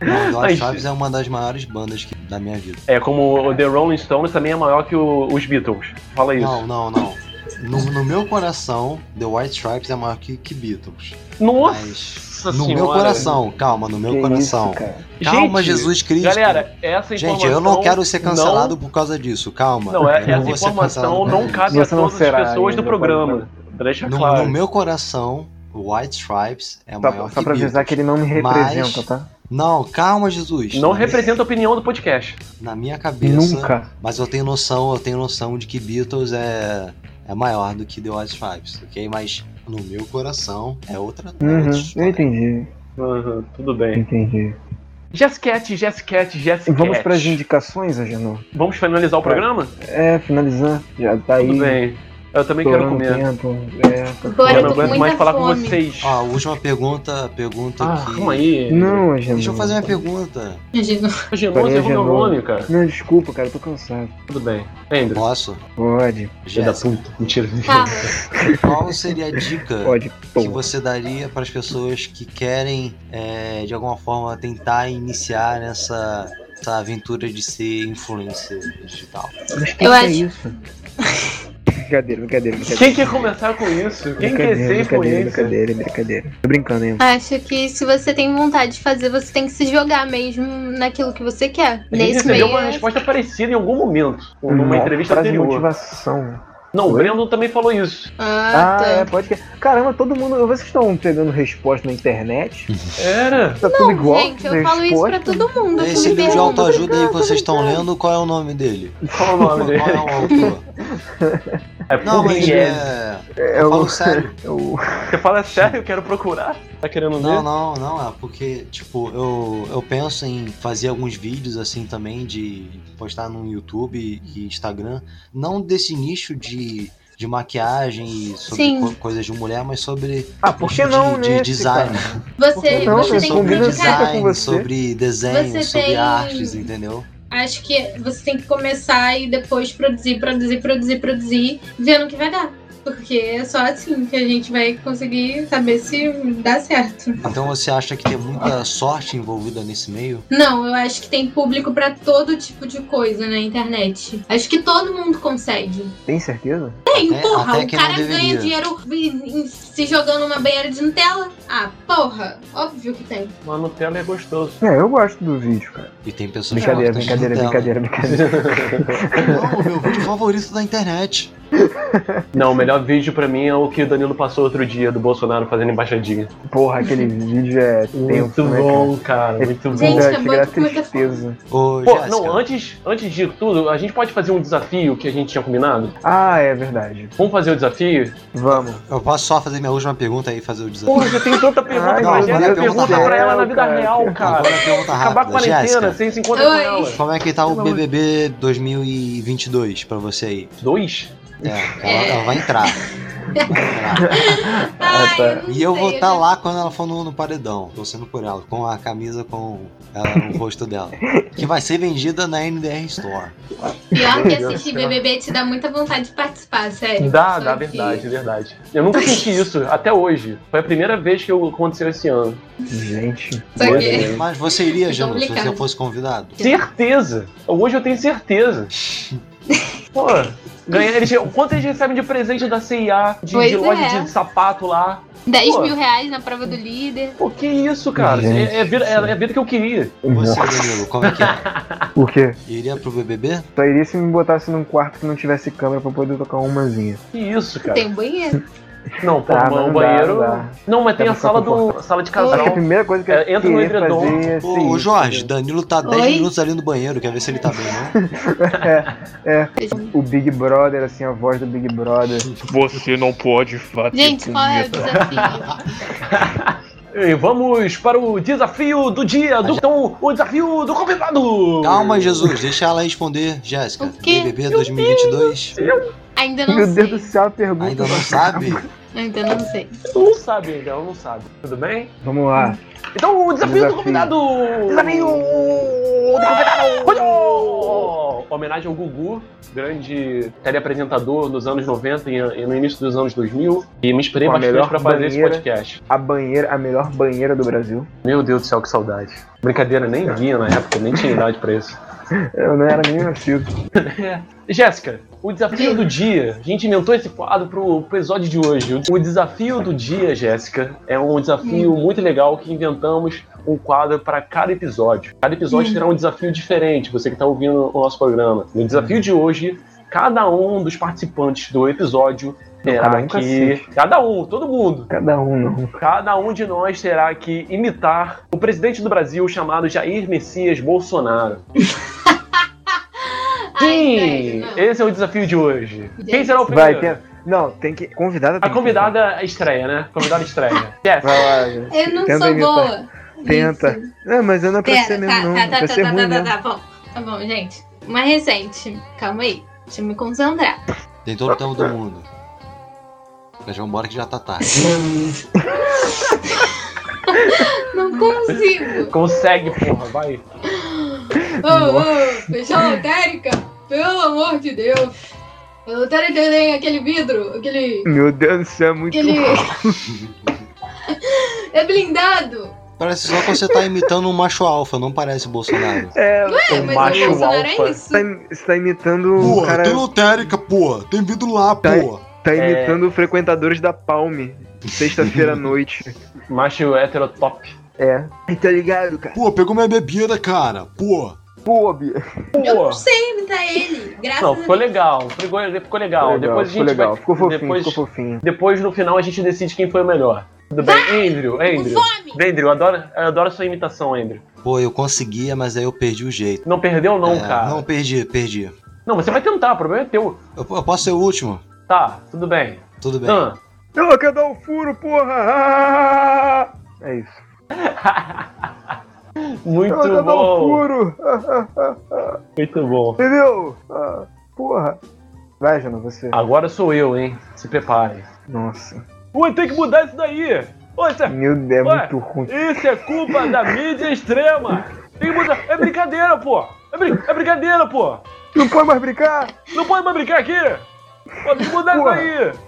S5: Não, The
S3: Ai,
S5: White Stripes é uma das maiores bandas que- da minha vida.
S3: É, como o The Rolling Stones também é maior que o- os Beatles. Fala isso.
S5: Não, não, não. No, no meu coração, The White Stripes é maior que, que Beatles.
S3: Nossa
S5: No
S3: senhora.
S5: meu coração, calma, no meu
S2: Que
S5: coração.
S2: Isso, cara.
S5: calma,
S3: Gente,
S5: Jesus Cristo.
S3: Galera, essa informação...
S5: Gente, eu não quero ser cancelado por causa disso, calma.
S3: Não, não é,
S5: Eu não
S3: essa
S5: vou ser cancelado
S3: informação
S5: por
S3: não
S5: causa
S3: cabe a
S2: Você não
S3: Tá todas as
S2: será
S3: pessoas do
S2: ainda, tá
S3: programa. Deixa
S5: disso. no,
S3: claro.
S5: no meu coração, White Stripes é
S2: Só,
S5: maior
S2: só
S5: que
S2: pra
S5: Beatles.
S2: avisar que ele não me
S5: Mas-
S2: representa, tá?
S5: Não, calma, Jesus.
S3: Não
S5: Na minha-
S3: representa a opinião do podcast.
S5: Na minha cabeça,
S2: Nunca.
S5: mas eu tenho noção, eu tenho noção de que Beatles é, é maior do que The White Stripes, ok? Mas no meu coração é outra, é outra
S2: Uhum. Eu
S5: história.
S2: entendi,
S3: Uhum, tudo
S2: eu
S3: bem.
S2: entendi.
S3: Jesscat, Jesscat,
S2: E
S3: Jesscat.
S2: vamos pras indicações, Agenor?
S3: Vamos finalizar o programa?
S2: É, finalizando. Já tá aí.
S3: Tudo bem. Eu também quero
S2: estourando o
S3: comer.
S2: tempo. É, tá
S4: Bora,
S3: Eu não
S4: tô com
S3: aguento
S2: estourando.
S4: muita
S3: mais falar com
S4: fome.
S3: vocês.
S5: Ó, última pergunta, pergunta
S3: Ah,
S5: que...
S3: calma aí.
S2: Ah,
S3: é
S2: Não, é Agenor.
S5: Deixa eu fazer minha pergunta.
S4: Imagina.
S3: Genoso errou meu
S2: Genoso.
S3: nome, cara.
S2: Não, desculpa, cara, eu tô cansado.
S3: Tudo bem. Andrew.
S5: Posso?
S2: Pode,
S3: Filho da
S5: Jéssica,
S3: puta. Mentira.
S4: Fala.
S5: qual seria a dica
S2: pode,
S5: que
S2: pô.
S5: você daria para as pessoas que querem, é, de alguma forma, tentar iniciar nessa essa aventura de ser influencer digital?
S2: Mas que
S4: Eu
S2: que
S4: acho-
S2: é isso? brincadeira, brincadeira, brincadeira.
S3: Quem quer começar com isso? Quem quer
S2: brincadeira,
S3: ser
S2: brincadeira,
S3: influencer?
S2: brincadeira, brincadeira. Tô brincando, hein?
S4: Acho que se você tem vontade de fazer, você tem que se jogar mesmo naquilo que você quer.
S3: A gente
S4: Nesse
S3: recebeu
S4: meio.
S3: uma
S4: é-
S3: resposta parecida em algum momento, numa
S2: Nossa,
S3: entrevista
S2: frase de
S3: anterior.
S2: motivação.
S3: Não, o Brandon também falou isso.
S4: Ah,
S2: Ah,
S4: tá.
S2: é, pode que. Caramba, todo mundo. Vocês estão pegando resposta na internet?
S3: Era.
S2: Tá tudo igual?
S4: Gente, eu falo isso pra todo mundo. que
S5: Esse
S4: me
S5: livro de
S4: pergunta.
S5: autoajuda aí que vocês estão lendo, qual é o nome dele?
S3: Qual é o nome
S5: Qual é
S3: dele?
S5: o autor?
S3: É
S5: Não, mas
S3: Pugliese.
S5: é.
S2: É,
S5: Eu
S2: o.
S5: falo sério. Um
S2: é o-
S3: Você fala sério, eu quero procurar. Tá querendo
S5: Não,
S3: ver?
S5: não, não, é porque, tipo, eu, eu penso em fazer alguns vídeos assim também, de postar no YouTube e Instagram, não desse nicho de, de maquiagem e sobre
S4: Sim.
S5: co- coisas de mulher, mas sobre
S2: Ah, por que
S5: nicho
S2: não,
S5: de,
S2: né?
S5: de design.
S4: Você,
S2: Não,
S4: você
S2: né?
S4: tem que
S2: Combina
S5: um
S4: dedicar.
S2: sempre com
S5: design,
S2: você.
S5: sobre desenho,
S4: Você
S5: sobre
S4: tem-
S5: artes, entendeu?
S4: Acho que você tem que começar e depois produzir, produzir, produzir, produzir, vendo o que vai dar. Porque é só assim que a gente vai conseguir saber se dá certo.
S5: Então você acha que tem muita sorte envolvida nesse meio?
S4: Não, eu acho que tem público pra todo tipo de coisa na internet. Acho que todo mundo consegue.
S2: Tem certeza?
S4: Tem,
S5: Até-
S4: porra,
S5: É, até
S4: o
S5: que não
S4: cara ganha
S5: deveria.
S4: dinheiro em- em- se jogando numa banheira de Nutella. Ah, porra, óbvio que tem.
S3: Mas Nutella é gostoso.
S2: É, eu gosto do vídeo, cara.
S5: E tem pessoas
S2: Brincadeira,
S5: que
S2: brincadeira, brincadeira, brincadeira.
S5: Não, meu vídeo favorito da internet.
S3: Não, o melhor vídeo pra mim é o que o Danilo passou outro dia, do Bolsonaro fazendo embaixadinha.
S2: Porra, aquele vídeo é tenso,
S3: Muito
S2: né,
S3: bom, um cara.
S2: cara? Esse
S3: Muito bom.
S2: vídeo
S4: Gente,
S2: é-
S4: acabou
S2: chega a
S4: de comer
S2: tristeza.
S5: Ô,
S3: Pô,
S5: Jéssica,
S3: não, antes, antes de tudo, a gente pode fazer um desafio que a gente tinha combinado?
S2: Ah, é verdade.
S3: Vamos fazer o desafio?
S2: Vamos.
S5: eu posso só fazer minha última pergunta aí e fazer o desafio?
S3: Porra, já tem tanta pergunta
S2: Ai,
S3: pra
S5: meu
S3: Jéssica,
S5: Deus
S3: pergunta
S5: do céu,
S3: pra ela na vida
S2: cara.
S3: real,
S5: Agora
S3: um cara. um
S5: a pergunta
S3: Acabar com a
S5: rápida,
S3: quarentena,
S5: Jéssica.
S3: você se encontra com
S4: Oi.
S3: ela.
S5: Como é que tá o
S3: Pelo amor de
S5: BBB 2022 pra você aí?
S3: Dois?
S5: É, ela, ela vai entrar. Vai entrar.
S2: tá.
S4: Ai, Ah, eu não
S5: E eu
S4: sei, né?
S5: vou estar
S4: já-
S5: lá quando ela for no, no paredão, torcendo por ela, com a camisa com ela, o rosto dela. Que vai ser vendida na NDR Store.
S4: Pior
S2: Meu
S4: que
S2: Deus
S4: assistir
S2: do céu.
S4: BBB te dá muita vontade de participar, sério.
S3: Dá,
S4: Só
S3: dá,
S4: que-
S3: verdade, verdade. Eu nunca senti isso, até hoje. Foi a primeira vez que eu- aconteceu esse ano.
S2: Gente.
S4: Só
S3: Boa
S4: que-
S3: ideia.
S5: Mas você iria, Janu, se você
S4: Complicado.
S5: fosse convidado?
S3: Certeza! Hoje eu tenho certeza. Pô, Ganha, eles, quanto eles recebem de presente da CIA, de,
S4: Pois
S3: de loja
S4: é.
S3: de sapato lá?
S4: 10
S3: Pô.
S4: mil reais na prova do líder.
S3: Pô, que isso, cara?
S2: Gente.
S3: É, é vida, é, é a vida que eu queria.
S5: Você, Danilo, como é que é?
S2: Por quê?
S5: Iria pro BBB?
S2: Só iria se me botasse num quarto que não tivesse câmera pra poder tocar umazinha.
S3: Que isso, cara?
S4: Tem um banheiro.
S3: Não, pô,
S2: Tá, não
S3: mano, o
S2: dá,
S3: banheiro.
S2: não dá. Tá
S3: Não, mas tem
S2: Dá pra ficar
S3: a sala do.
S2: confortável.
S3: sala de
S2: Acho que a
S3: casal.
S2: primeira coisa que eu
S3: É, entra no
S2: queria
S3: edredom.
S2: fazer é
S5: Ô,
S2: assim,
S5: Jorge, Danilo tá 10
S4: Oi?
S5: minutos ali no banheiro, quer ver se ele tá bem, não?
S2: tipo, o Big Brother, assim, a voz do Big Brother.
S6: Você não pode fazer.
S4: Gente, qual é o desafio?
S3: E vamos para o desafio do dia. Do, então, o desafio do convidado.
S5: Calma, Jesus, deixa ela responder, Jéssica.
S4: O quê?
S5: BBB 2022.
S4: Ainda não
S2: Meu Deus do
S4: sei.
S2: céu, a pergunta.
S5: Ainda não sabe?
S4: Ainda não sei.
S3: Tu não sabe ainda, ela não sabe. Tudo bem?
S2: Vamos lá.
S3: Então, o desafio, do
S2: Desafio.
S3: convidado.
S2: Desafio
S3: do convidado. Olha! Homenagem ao Gugu, grande teleapresentador dos anos 90 e e no início dos anos 2000. E me inspirei
S2: Com a
S3: bastante
S2: melhor
S3: para fazer esse
S2: banheira.
S3: podcast.
S2: A banheira, a melhor banheira do Brasil.
S3: Meu Deus do céu, que saudade. Brincadeira, nem via na época, nem tinha idade pra isso.
S2: Eu não era nem nascido.
S3: Jéssica, o desafio do dia. A gente inventou esse quadro pro, pro episódio de hoje. O desafio do dia, Jéssica, é um desafio muito legal que inventamos um quadro para cada episódio. Cada episódio
S4: Hum.
S3: terá um desafio diferente, você que está ouvindo o nosso programa. No desafio de hoje, cada um dos participantes do episódio terá
S2: cada um,
S3: que.
S2: cacete.
S3: Cada um, todo mundo.
S2: Cada um não.
S3: Cada um de nós terá que imitar o presidente do Brasil chamado Jair Messias Bolsonaro.
S4: Ai,
S3: Sim,
S4: velho, não.
S3: esse é o desafio de hoje.
S4: Gente.
S3: Quem será o
S2: Vai,
S3: primeiro?
S2: tem. Não, tem que. Convidada
S3: A
S2: tem que-
S3: convidada estreia, né? Convidada estreia. Yes.
S2: Vai lá, gente.
S4: Eu não
S2: Tenta
S4: sou
S2: imitar.
S4: boa.
S2: Tenta.
S4: Isso.
S2: Não, mas eu não é pra ser
S4: Pera,
S2: mesmo, não.
S4: tá,
S2: É
S4: tá, tá, tá,
S2: pra ser
S4: tá,
S2: ruim
S4: tá,
S2: mesmo.
S4: tá, bom. Tá bom, gente. Uma recente. Calma aí. Deixa eu me concentrar.
S5: Tem todo o tempo do mundo. Mas vamos embora que já tá tarde.
S4: Não consigo.
S3: Consegue, porra, vai.
S4: Ô, ô, fechou a lotérica? Pelo amor de Deus. A lotérica tem aquele vidro, aquele...
S2: Meu Deus do céu, é muito.
S4: Aquele... é blindado.
S5: Parece só que você tá imitando um macho alfa, não parece o Bolsonaro.
S2: É,
S4: É, mas
S3: macho
S4: o Bolsonaro
S3: alfa.
S4: é isso.
S2: você tá, im- você tá imitando o cara.
S5: lotérica, pô. Tem vidro lá,
S2: Tá-
S3: É.
S5: pô.
S2: Tá imitando frequentadores da Palme. Sexta-feira à noite.
S3: Macho hétero top.
S2: É. Tá ligado, cara?
S5: Pô, pegou minha bebida, cara. Pô.
S2: Pô, Bia.
S3: Pô.
S4: imitar tá ele. Graças
S3: Não,
S4: a
S3: ficou
S4: Deus.
S3: legal. Ficou, ficou legal.
S2: Ficou
S3: Depois a
S2: ficou
S3: gente
S2: legal.
S3: vai.
S2: Ficou fofinho,
S3: depois,
S2: ficou fofinho.
S3: depois no final a gente decide quem foi o melhor. Tudo bem? Andrew,
S4: Com
S3: Andrew.
S4: fome.
S3: Andrew, eu adoro, eu adoro sua imitação, Andrew.
S5: Pô, eu conseguia, mas aí eu perdi o jeito.
S3: Não perdeu, não,
S5: É,
S3: cara.
S5: Não, perdi, perdi.
S3: Não, você vai tentar, o problema é teu.
S5: Eu, eu posso ser o último?
S3: Tá, tudo bem.
S5: Tudo bem.
S2: Ah.
S3: Dan,
S2: Ela quer dar o furo, porra! Ah! É isso.
S3: muito
S2: Ela quer dar o
S3: bom.
S2: furo! Ah, ah, ah.
S3: Muito bom.
S2: Entendeu? Ah, porra. Vai, Jana, você.
S3: Agora sou eu, hein? Se prepare.
S2: Nossa.
S3: Ué, tem que mudar isso daí! Ô, isso é,
S2: Meu Deus, é
S3: Ué.
S2: muito ruim.
S3: isso é culpa da mídia extrema! Tem que mudar. É brincadeira, pô! É, brin- é brincadeira, pô!
S2: Não pode mais brincar?
S3: Não pode mais brincar aqui! Pô, tem que mudar
S2: Porra.
S3: isso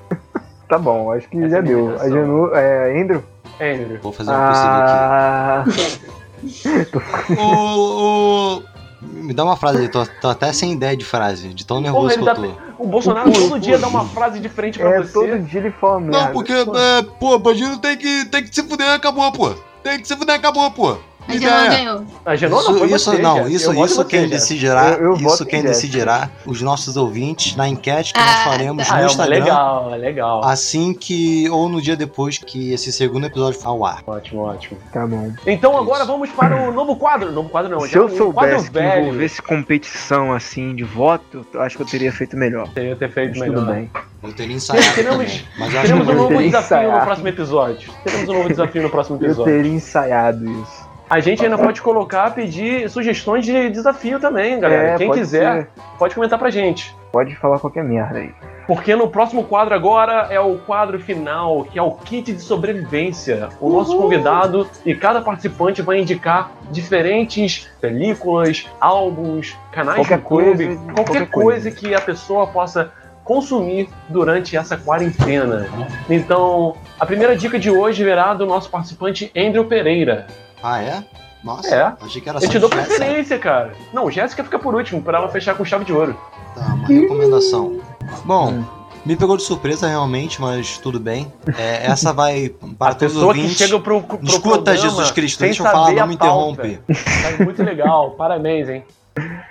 S2: Tá bom, acho que
S3: Essa é
S2: já
S3: a minha
S2: deu. A
S3: imitação.
S2: Janu. É, Andrew?
S3: aí! Andrew.
S5: Vou fazer um possível
S2: Ah.
S5: aqui. Ô, ô. Me dá uma frase aí, tô, tô até sem ideia de frase, de tão nervoso
S3: ele tá
S5: que eu tô.
S3: O Bolsonaro todo dia dá uma frase diferente pra
S2: É,
S3: você.
S2: todo dia ele fala merda.
S5: é, pô, bandido tem que, tem que se fuder, acabou, pô. Tem que se fuder, acabou, pô. é.
S4: A Gelão ganhou.
S3: A Genon não
S5: Isso,
S3: Ah, foi
S5: isso
S3: você,
S5: não,
S3: Jéssica.
S5: isso,
S3: Eu voto em
S5: isso
S3: você,
S5: quem
S3: Jéssica.
S5: decidirá,
S2: Eu- eu voto
S5: isso
S2: em
S5: quem
S2: Jéssica.
S5: decidirá os nossos ouvintes na enquete que
S4: Ah,
S5: nós faremos
S4: tá.
S3: Ah,
S5: no
S3: é uma
S5: Instagram
S3: legal, é legal.
S5: assim que ou no dia depois que esse segundo episódio for ao ar.
S3: Ótimo, ótimo.
S2: Tá bom.
S3: Então
S5: Isso.
S3: agora vamos para o novo quadro. Novo quadro não,
S2: Se eu
S3: já é um quadro
S2: soubesse que
S3: velho.
S2: envolvesse competição assim de voto, eu acho que eu teria feito melhor.
S3: Teria ter feito
S2: Mas
S3: melhor.
S2: tudo bem.
S5: Eu teria ensaiado
S3: Teremos-
S5: também, mas eu acho
S3: Teremos
S5: que
S3: um
S5: eu vou-
S3: novo
S2: Teria
S3: desafio no
S2: ensaiado.
S3: próximo episódio. Teremos um novo desafio no próximo
S2: Eu
S3: episódio.
S2: teria ensaiado isso.
S3: A gente ainda pode colocar, pedir sugestões de desafio também, galera.
S2: É,
S3: Quem
S2: pode
S3: quiser,
S2: ser.
S3: pode comentar pra gente.
S2: Pode falar qualquer merda aí.
S3: Porque no próximo quadro agora é o quadro final, que é o kit de sobrevivência. O nosso convidado e cada participante vai indicar diferentes películas, álbuns, canais
S2: Qualquer
S3: do clube,
S2: coisa,
S3: qualquer,
S2: qualquer coisa.
S3: coisa que a pessoa possa consumir durante essa quarentena. Então, a primeira dica de hoje virá do nosso participante Andrew Pereira.
S5: Ah, é? Nossa,
S3: É.
S5: achei que era só
S3: Eu te dou
S5: de festa.
S3: preferência, cara. Não, Jéssica fica por último, pra ela fechar com chave de ouro.
S5: Tá, uma recomendação. Bom,
S2: Hum.
S5: me pegou de surpresa realmente, mas tudo bem. É, essa vai para
S3: A
S5: todos os
S3: pessoa que
S5: ouvintes.
S3: chega pro, pro
S5: Escuta,
S3: programa
S5: Jesus Cristo,
S3: sem
S5: deixa eu falar,
S3: saber
S5: não
S3: a
S5: me
S3: pauta.
S5: interrompe.
S3: Tá muito legal, parabéns, hein?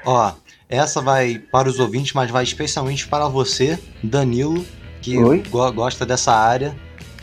S5: Ó, essa vai para os ouvintes, mas vai especialmente para você, Danilo, que
S2: Oi?
S5: go- gosta dessa área.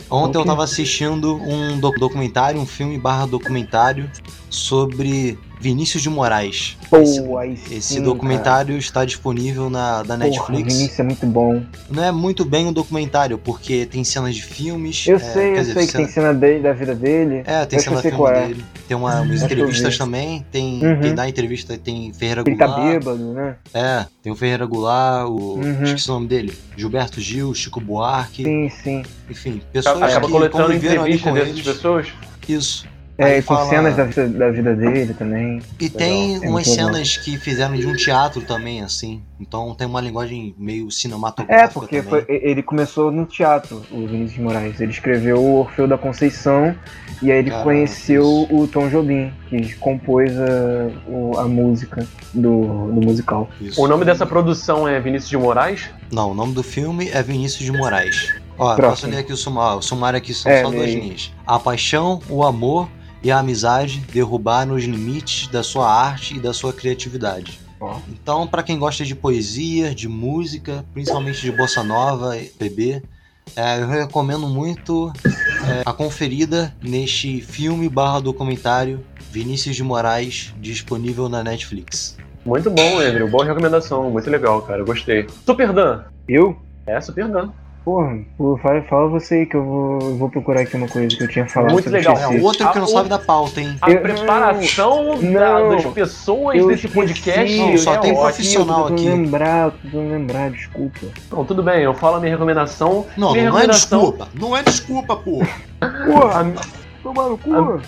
S5: Ontem eu
S2: Ok.
S5: tava assistindo um doc- documentário, um filme barra documentário sobre Vinícius de Moraes. Esse-
S2: Pô, aí sim,
S5: Esse
S2: cara.
S5: documentário está disponível
S2: Hum,
S5: na da
S2: Porra,
S5: Netflix.
S2: Vinícius é muito bom.
S5: Não é muito bem um documentário, porque tem cenas de filmes.
S2: Eu
S5: é,
S2: sei,
S5: quer
S2: eu
S5: dizer,
S2: sei que
S5: cena-
S2: tem cena dele, da vida dele.
S5: É, tem
S2: Eu
S5: cena
S2: sei
S5: filme
S2: qual é.
S5: dele. Tem uma, umas
S2: Acho que eu
S5: entrevistas
S2: vi.
S5: também. Tem
S2: Uhum.
S5: quem dá entrevista, tem Ferreira
S2: Ele tá
S5: Goulart.
S2: bêbado, né?
S5: É, tem o Ferreira Goulart, o.
S2: Uhum.
S5: Esqueci o nome dele. Gilberto Gil, Chico Buarque.
S2: Sim, sim.
S5: Enfim, pessoas
S3: Acaba
S5: que
S3: coletando
S5: conviveram ali
S3: entrevistas
S5: com
S3: dessas
S5: eles.
S3: pessoas.
S5: Isso.
S2: É,
S5: Aí
S2: e com
S5: fala-
S2: cenas da vida, da vida dele também.
S5: E tem
S2: Legal, é
S5: umas
S2: muito legal.
S5: cenas que fizeram de um teatro também, assim. Então tem uma linguagem meio cinematográfica.
S2: É, porque
S5: também.
S2: foi- e- ele começou no teatro, o Vinícius de Moraes. Ele escreveu o Orfeu da Conceição e aí ele
S5: Caraca,
S2: conheceu
S5: isso.
S2: o Tom Jobim, que compôs a, o- a música do, do musical.
S5: Isso.
S3: O nome dessa produção é Vinícius de Moraes?
S5: Não, o nome do filme é Vinícius de Moraes. Ó,
S2: Próximo.
S5: posso ler aqui o sumário. O sumário aqui são
S2: É,
S5: só duas
S2: leia.
S5: linhas. A paixão, o amor e a amizade derrubaram os limites da sua arte e da sua criatividade.
S2: Ó.
S5: Então, pra quem gosta de poesia, de música, principalmente de bossa nova, e bebê, é, eu recomendo muito é, a conferida neste filme barra documentário Vinícius de Moraes, disponível na Netflix.
S3: Muito bom, Andrew. Boa recomendação. Muito legal, cara. Gostei. Super Dan.
S2: Eu?
S3: É, Super Dan.
S2: Porra, pô, fala, fala você aí que eu vou, eu vou procurar aqui uma coisa que eu tinha falado.
S3: Muito
S2: sobre
S3: legal.
S5: É,
S2: esqueci.
S5: o outro que não
S3: Ah,
S5: sabe da pauta, hein?
S3: A
S2: Eu-
S3: preparação
S2: Não,
S3: da-
S2: eu
S3: das pessoas
S2: eu
S3: desse
S2: esqueci,
S3: podcast
S5: não, só
S3: é
S5: tem
S3: ótimo.
S5: profissional.
S2: Eu tô tentando
S5: aqui.
S2: lembrar, eu tô tentando lembrar, desculpa.
S3: Não, tudo bem. Eu falo a minha recomendação.
S5: Não,
S3: minha
S5: não é
S3: recomendação...
S5: desculpa. Não é desculpa, pô.
S3: A,
S2: Porra, tomar no cu.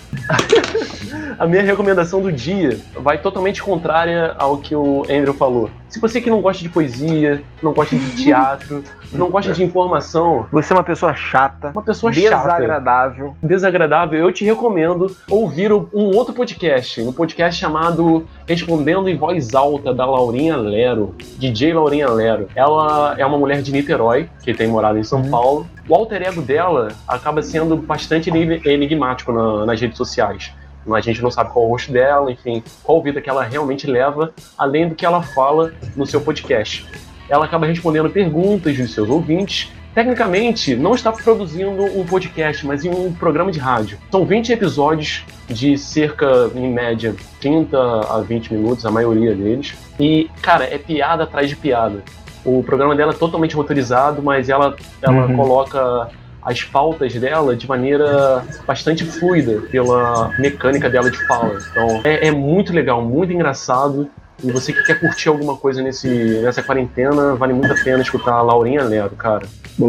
S3: A minha recomendação do dia vai totalmente contrária ao que o Andrew falou. Se você que não gosta de poesia, não gosta de teatro, não gosta de informação,
S2: Você é uma pessoa chata,
S3: uma pessoa chata,
S2: desagradável.
S3: desagradável, eu te recomendo ouvir um outro podcast, um podcast chamado Respondendo em Voz Alta, da Laurinha Lero, DJ Laurinha Lero. Ela é uma mulher de Niterói, que tem morado em São
S2: Uhum.
S3: Paulo. O alter ego dela acaba sendo bastante enig- enigmático na- nas redes sociais. A gente não sabe qual o rosto dela, enfim, qual vida que ela realmente leva, além do que ela fala no seu podcast. Ela acaba respondendo perguntas dos seus ouvintes. Tecnicamente, não está produzindo um podcast, mas em um programa de rádio. São 20 episódios de cerca, em média, 30 a 20 minutos, a maioria deles. E, cara, é piada atrás de piada. O programa dela é totalmente roteirizado, mas ela, ela
S2: Uhum.
S3: coloca as pautas dela de maneira bastante fluida pela mecânica dela de fala. Então é, é muito legal, muito engraçado. E você que quer curtir alguma coisa nesse, nessa quarentena, vale muito a pena escutar a Laurinha Lero, cara.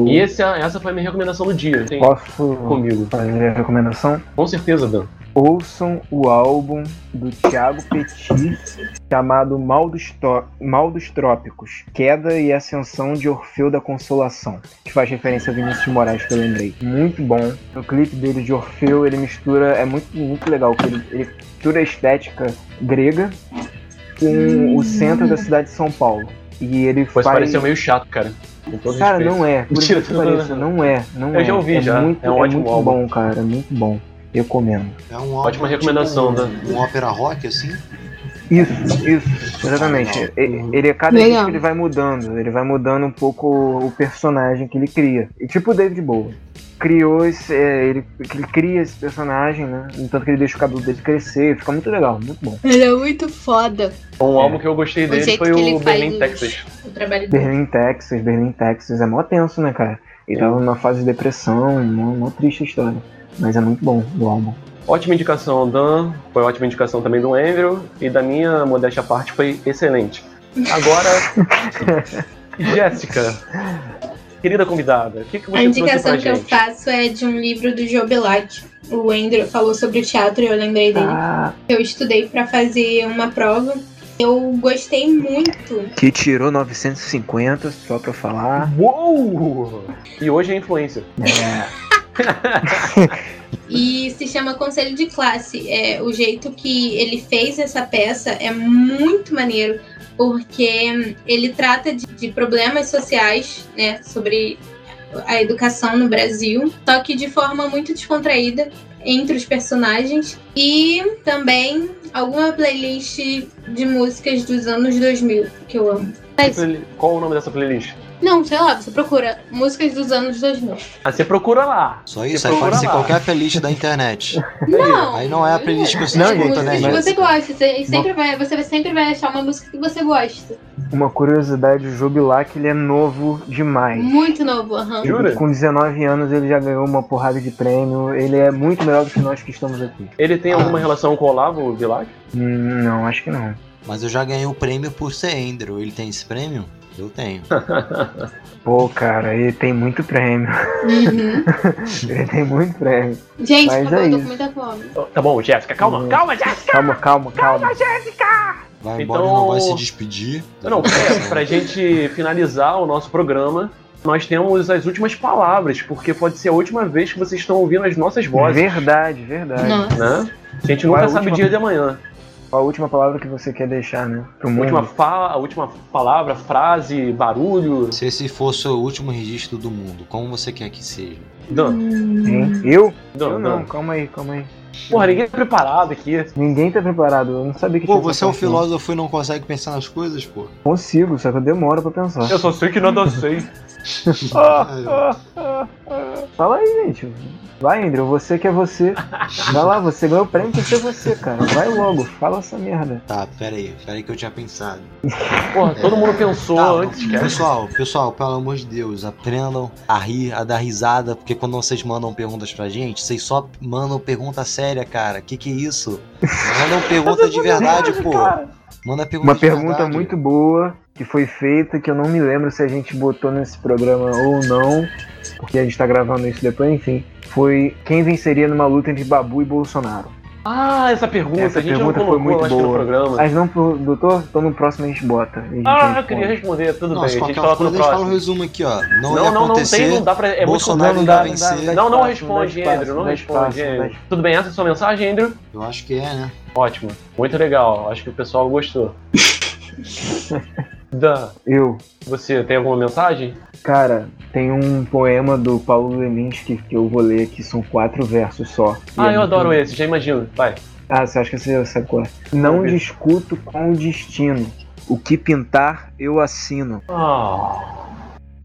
S3: E esse, essa foi a minha recomendação do dia. Tem
S2: Posso
S3: comigo.
S2: fazer a recomendação?
S3: Com certeza, Dan.
S2: Ouçam o álbum do Thiago Petit chamado Mal dos, Tó- Mal dos Trópicos, Queda e Ascensão de Orfeu da Consolação, que faz referência a Vinícius de Moraes, que eu lembrei. Muito bom. O clipe dele de Orfeu, ele mistura, é muito, muito legal, que ele, ele mistura a estética grega com o centro da cidade de São Paulo. E ele
S3: Pois
S2: faz...
S3: pareceu meio chato, cara. Com todo
S2: Cara,
S3: respeito.
S2: não é. Por
S3: Mentira,
S2: isso que
S3: tô falando.
S2: pareça, não é. Não
S3: Eu
S2: é.
S3: já ouvi,
S2: é
S3: já.
S2: Muito,
S3: É um ótimo
S2: muito
S3: álbum.
S2: bom, cara. é Muito bom. Recomendo.
S5: É um
S3: Ótima
S5: álbum,
S3: recomendação,
S5: tipo,
S3: né?
S5: Um ópera rock, assim?
S2: Isso, isso. Exatamente.
S5: Legal.
S2: Ele, ele- a cada vez
S4: Legal.
S2: que ele vai mudando. Ele vai mudando um pouco o personagem que ele cria. E tipo o David Bowie. Criou esse. é, ele, ele cria esse personagem, né? No Tanto que ele deixa o cabelo dele crescer. Fica muito legal, muito bom.
S4: Ele é muito foda.
S3: Um álbum que eu gostei dele
S4: jeito
S3: foi
S4: que ele
S3: o Berlin,
S4: faz-
S3: Texas.
S4: O trabalho dele.
S3: Uhum.
S2: Berlim, Texas, Berlim, Texas. É mó tenso, né, cara? Ele tava numa fase de depressão, mó, mó triste a história. Mas é muito bom o álbum.
S3: Ótima indicação, Dan. Foi ótima indicação também do Andrew. E da minha modéstia à parte foi excelente. Agora, Jéssica, querida convidada, o que, que
S4: A
S3: você trouxe pra
S4: indicação que eu
S3: gente?
S4: faço é de um livro do Jobelati. O Andrew falou sobre o teatro e eu lembrei dele.
S2: Ah,
S4: Eu estudei pra fazer uma prova. Eu gostei muito.
S2: que tirou 950 só pra falar.
S3: Uou! E hoje é influencer.
S4: E se chama Conselho de Classe. É, o jeito que ele fez essa peça é muito maneiro. porque ele trata de, de problemas sociais, né, sobre a educação no Brasil, só que de forma muito descontraída entre os personagens e também alguma playlist de músicas dos anos 2000 que eu amo. É isso.
S3: Qual o nome dessa playlist?
S4: Não, sei lá, você procura músicas dos anos 2000.
S3: Ah, você procura lá.
S5: Só isso,
S3: Você
S5: aí pode
S3: procura
S5: ser
S3: lá.
S5: qualquer playlist da internet.
S4: Não.
S5: Aí não é a playlist que você
S4: Não,
S5: escuta,
S4: músicas
S5: né,
S4: que
S5: mas-
S4: você gosta, você sempre vai, você sempre vai achar uma música que você gosta.
S2: Uma curiosidade, o Jubilac ele é novo demais.
S4: Muito novo, aham.
S3: Jura?
S2: Com 19 anos ele já ganhou uma porrada de prêmio. Ele é muito melhor do que nós que estamos aqui.
S3: Ele tem
S5: Ah.
S3: alguma relação com o Olavo Vilac?
S2: Hum, Não, acho que não.
S5: Mas eu já ganhei o prêmio por ser Ender. Ele tem esse prêmio? Eu tenho.
S2: Pô, cara, ele tem muito prêmio.
S4: Uhum.
S2: Ele tem muito prêmio.
S4: Gente,
S2: Mas
S4: por favor,
S2: é
S4: eu tô
S2: isso.
S4: com muita fome.
S3: Tá bom, Jéssica, calma,
S2: Uhum.
S3: calma, Jéssica!
S2: Calma, calma, calma.
S5: Vai
S3: Então-
S5: embora e não vai se despedir. Então,
S3: Não, é, pra gente finalizar o nosso programa, nós temos as últimas palavras, porque pode ser a última vez que vocês estão ouvindo as nossas vozes,
S2: Verdade, verdade.
S4: Nossa.
S3: né? A gente
S2: Qual é
S3: nunca
S2: a
S3: sabe o
S2: última?
S3: dia de amanhã.
S2: Qual a última palavra que você quer deixar, né? Pro
S3: A
S2: mundo.
S3: última, fa a última palavra, frase, barulho.
S5: Se esse fosse o último registro do mundo, como você quer que seja?
S3: Dan,
S4: Hum.
S2: Hein? Eu?
S3: Dan,
S2: eu não,
S3: Dan.
S2: calma aí, calma aí.
S3: Porra, ninguém é preparado aqui.
S2: Ninguém tá preparado, eu não sabia que
S5: Pô,
S2: tinha
S5: você
S2: essa
S5: é um
S2: parte, não.
S5: filósofo e não consegue pensar nas coisas, pô.
S2: Consigo, só que eu demoro pra pensar.
S3: Eu só sei que nada sei.
S5: Ah.
S3: Ah,
S2: Fala aí, gente. Vai, Andrew, você que é você. Vai lá, você ganhou o prêmio por ser você, cara. Vai logo, fala essa merda.
S5: Tá, pera aí, pera aí que eu tinha pensado.
S3: Porra, todo mundo pensou
S5: Tá,
S3: antes, cara.
S5: Pessoal, pessoal, pelo amor de Deus, aprendam a rir, a dar risada, porque quando vocês mandam perguntas pra gente, vocês só mandam pergunta séria, cara. Que que é isso? Mandam pergunta de verdade, pô. Manda pergunta
S2: Uma
S5: de
S2: pergunta
S5: verdade.
S2: muito boa que foi feita, que eu não me lembro se a gente botou nesse programa ou não, porque a gente tá gravando isso depois, enfim. Foi quem venceria numa luta entre Babu e Bolsonaro.
S3: Ah, essa pergunta,
S2: Essa
S3: a gente
S2: pergunta
S3: não
S2: foi
S3: colocou
S2: muito
S3: acho que no
S2: boa.
S3: programa.
S2: Mas não, pro- doutor, então no próximo a gente bota. A gente
S3: Ah, eu
S2: responde.
S3: queria responder, tudo
S5: Nossa,
S3: bem, a
S5: qualquer
S3: gente coloca
S5: coisa
S3: no
S5: a gente fala um
S3: próximo.
S5: resumo aqui, ó. Não,
S3: Não,
S5: ia
S3: não, não tem,
S5: acontecer.
S3: não dá pra. É muito
S5: Bolsonaro
S3: complexo.
S5: ia vencer.
S3: Não, não
S2: espaço,
S3: responde,
S2: espaço,
S3: Andrew, não
S2: dá
S3: responde,
S2: espaço, dá
S3: Andrew. Tudo bem, essa é a sua mensagem, Andrew?
S5: Eu acho que é, né?
S3: Ótimo, muito legal, acho que o pessoal gostou. Dan,
S2: Eu,
S3: você tem alguma mensagem?
S2: cara, tem um poema do Paulo Leminski que eu vou ler aqui, são quatro versos só. E
S3: Ah,
S2: é
S3: eu
S2: muito
S3: adoro esse, já imagino. Vai.
S2: Ah, você acha que você sabe qual é? Não discuto com o destino. O que pintar, eu assino.
S3: Ah.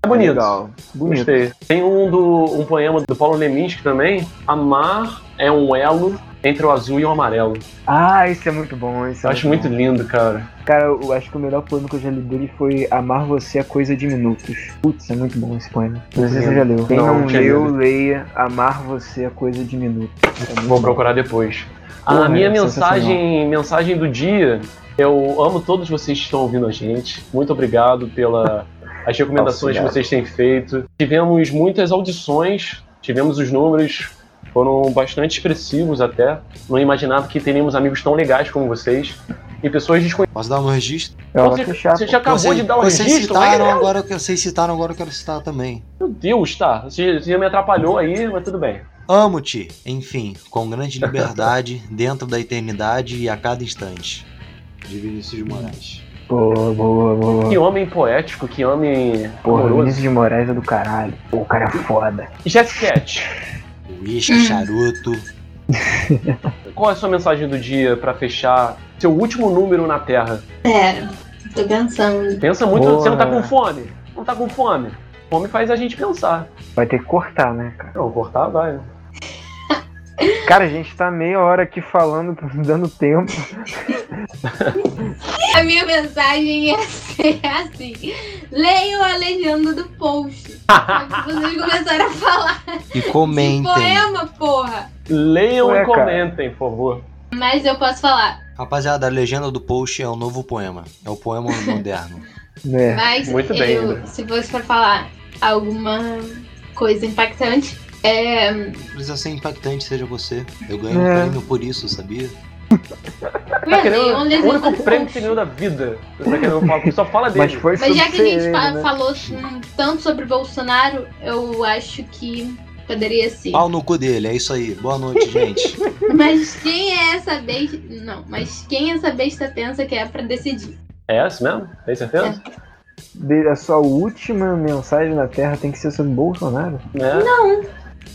S3: É bonito.
S2: Legal. Bonito.
S3: Gostei. Tem um, do, um poema do Paulo Leminski também. Amar é um elo entre o azul e o amarelo.
S2: Ah, esse é muito bom. Esse é
S3: Eu acho muito
S2: bom.
S3: lindo, cara.
S2: Cara, eu acho que o melhor poema que eu já li dele foi Amar Você é Coisa de Minutos. Putz, é muito bom esse poema. Não sei se você já leu. Quem
S3: Não,
S2: não,
S3: não tinha
S2: leu,
S3: lido.
S2: leia Amar Você é Coisa de Minutos. É muito
S3: Vou
S2: bom.
S3: procurar depois.
S2: Porra,
S3: A minha
S2: é
S3: mensagem, mensagem do dia. Eu amo todos vocês que estão ouvindo a gente. Muito obrigado pelas recomendações que
S2: Obrigado.
S3: vocês têm feito. Tivemos muitas audições, tivemos os números, foram bastante expressivos até. Não imaginava que teríamos amigos tão legais como vocês e pessoas desconhecidas.
S5: Posso dar um registro?
S2: É uma
S3: Você-
S2: fechada.
S3: Você já acabou
S5: Vocês-
S3: um de dar o
S5: vocês
S3: registro,
S5: citaram
S3: mas...
S5: agora, que- vocês citaram agora, eu quero citar também.
S3: Meu Deus, tá. Você, você já me atrapalhou aí, mas tudo bem.
S5: Amo-te, enfim, com grande liberdade, dentro da eternidade e a cada instante. De Vinícius de Moraes.
S2: Boa, boa, boa.
S3: Que homem poético, que homem
S2: Porra, o
S3: amoroso.
S2: Vinícius de Moraes é do caralho. Pô, o cara é foda.
S3: Jeff Cat,
S5: Uísque, charuto.
S3: qual é a sua mensagem do dia pra fechar seu último número na Terra?
S4: Pera, É, tô pensando.
S3: Pensa muito,
S2: Boa.
S3: você não tá com fome? Não tá com fome? Fome faz a gente pensar.
S2: Vai ter que cortar, né, cara?
S3: Não, cortar vai. né?
S2: Cara, a gente tá meia hora aqui falando, dando tempo.
S4: A minha mensagem é ser assim. Leiam a legenda do post. Só que vocês começaram a falar
S5: E
S4: de
S5: comentem.
S4: poema, porra.
S3: Leiam
S2: Ué,
S3: e
S2: cara.
S3: comentem, por favor.
S4: Mas eu posso falar.
S5: Rapaziada, a legenda do post é um novo poema. É o poema moderno.
S2: Né?
S4: Mas
S3: Muito
S4: eu,
S3: bem, né? André.
S4: se fosse pra falar alguma coisa impactante, é.
S5: Não precisa ser impactante, seja você. Eu ganho
S2: É.
S5: um prêmio por isso, sabia?
S3: Tá querendo
S4: leiam a é um
S3: o
S4: legenda do
S3: único prêmio
S4: post.
S3: que você ganhou da vida. Você tá querendo falar, só fala
S2: Mas
S3: dele.
S2: foi
S4: Mas já que a gente
S2: subserviente,
S4: fa-
S2: né?
S4: falou hum, tanto sobre Bolsonaro, eu acho que poderia ser.
S5: Pau no cu dele, é isso aí. Boa noite, gente.
S4: Mas quem é essa besta. Não, mas quem essa besta pensa que é pra decidir?
S3: É essa mesmo? Tem certeza?
S2: De- a sua última mensagem na Terra tem que ser sobre Bolsonaro?
S3: É.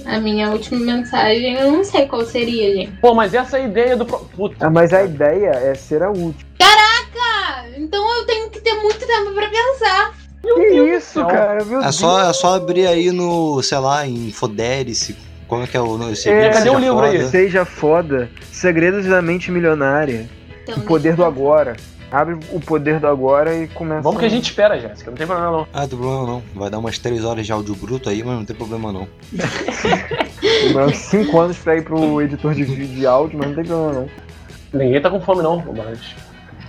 S4: A minha última mensagem, eu não sei qual seria, gente.
S3: Pô, mas essa é a ideia do. pro- Puta.
S2: Ah, mas a ideia é ser a última.
S4: Ah, então eu tenho que ter muito tempo pra pensar.
S2: Que É isso,
S3: céu.
S2: cara? Meu
S5: É
S2: Deus.
S5: só, é só abrir aí no, sei lá, em Foderice. Como é que é o nome? Esse
S2: É,
S5: aqui,
S2: cadê
S5: seja
S3: o livro aí?
S5: foda.
S2: Seja foda. Segredos da mente milionária.
S4: Então,
S2: O poder do agora. Abre o poder do agora e começa.
S3: Vamos que a gente espera, Jéssica. Não tem problema não.
S5: Ah, não tem problema não. Vai dar umas 3 horas de áudio bruto aí, mas não tem problema não.
S2: Demoramos 5 anos pra ir pro editor de vídeo de áudio, mas não tem problema não.
S3: Ninguém tá com fome não, mas.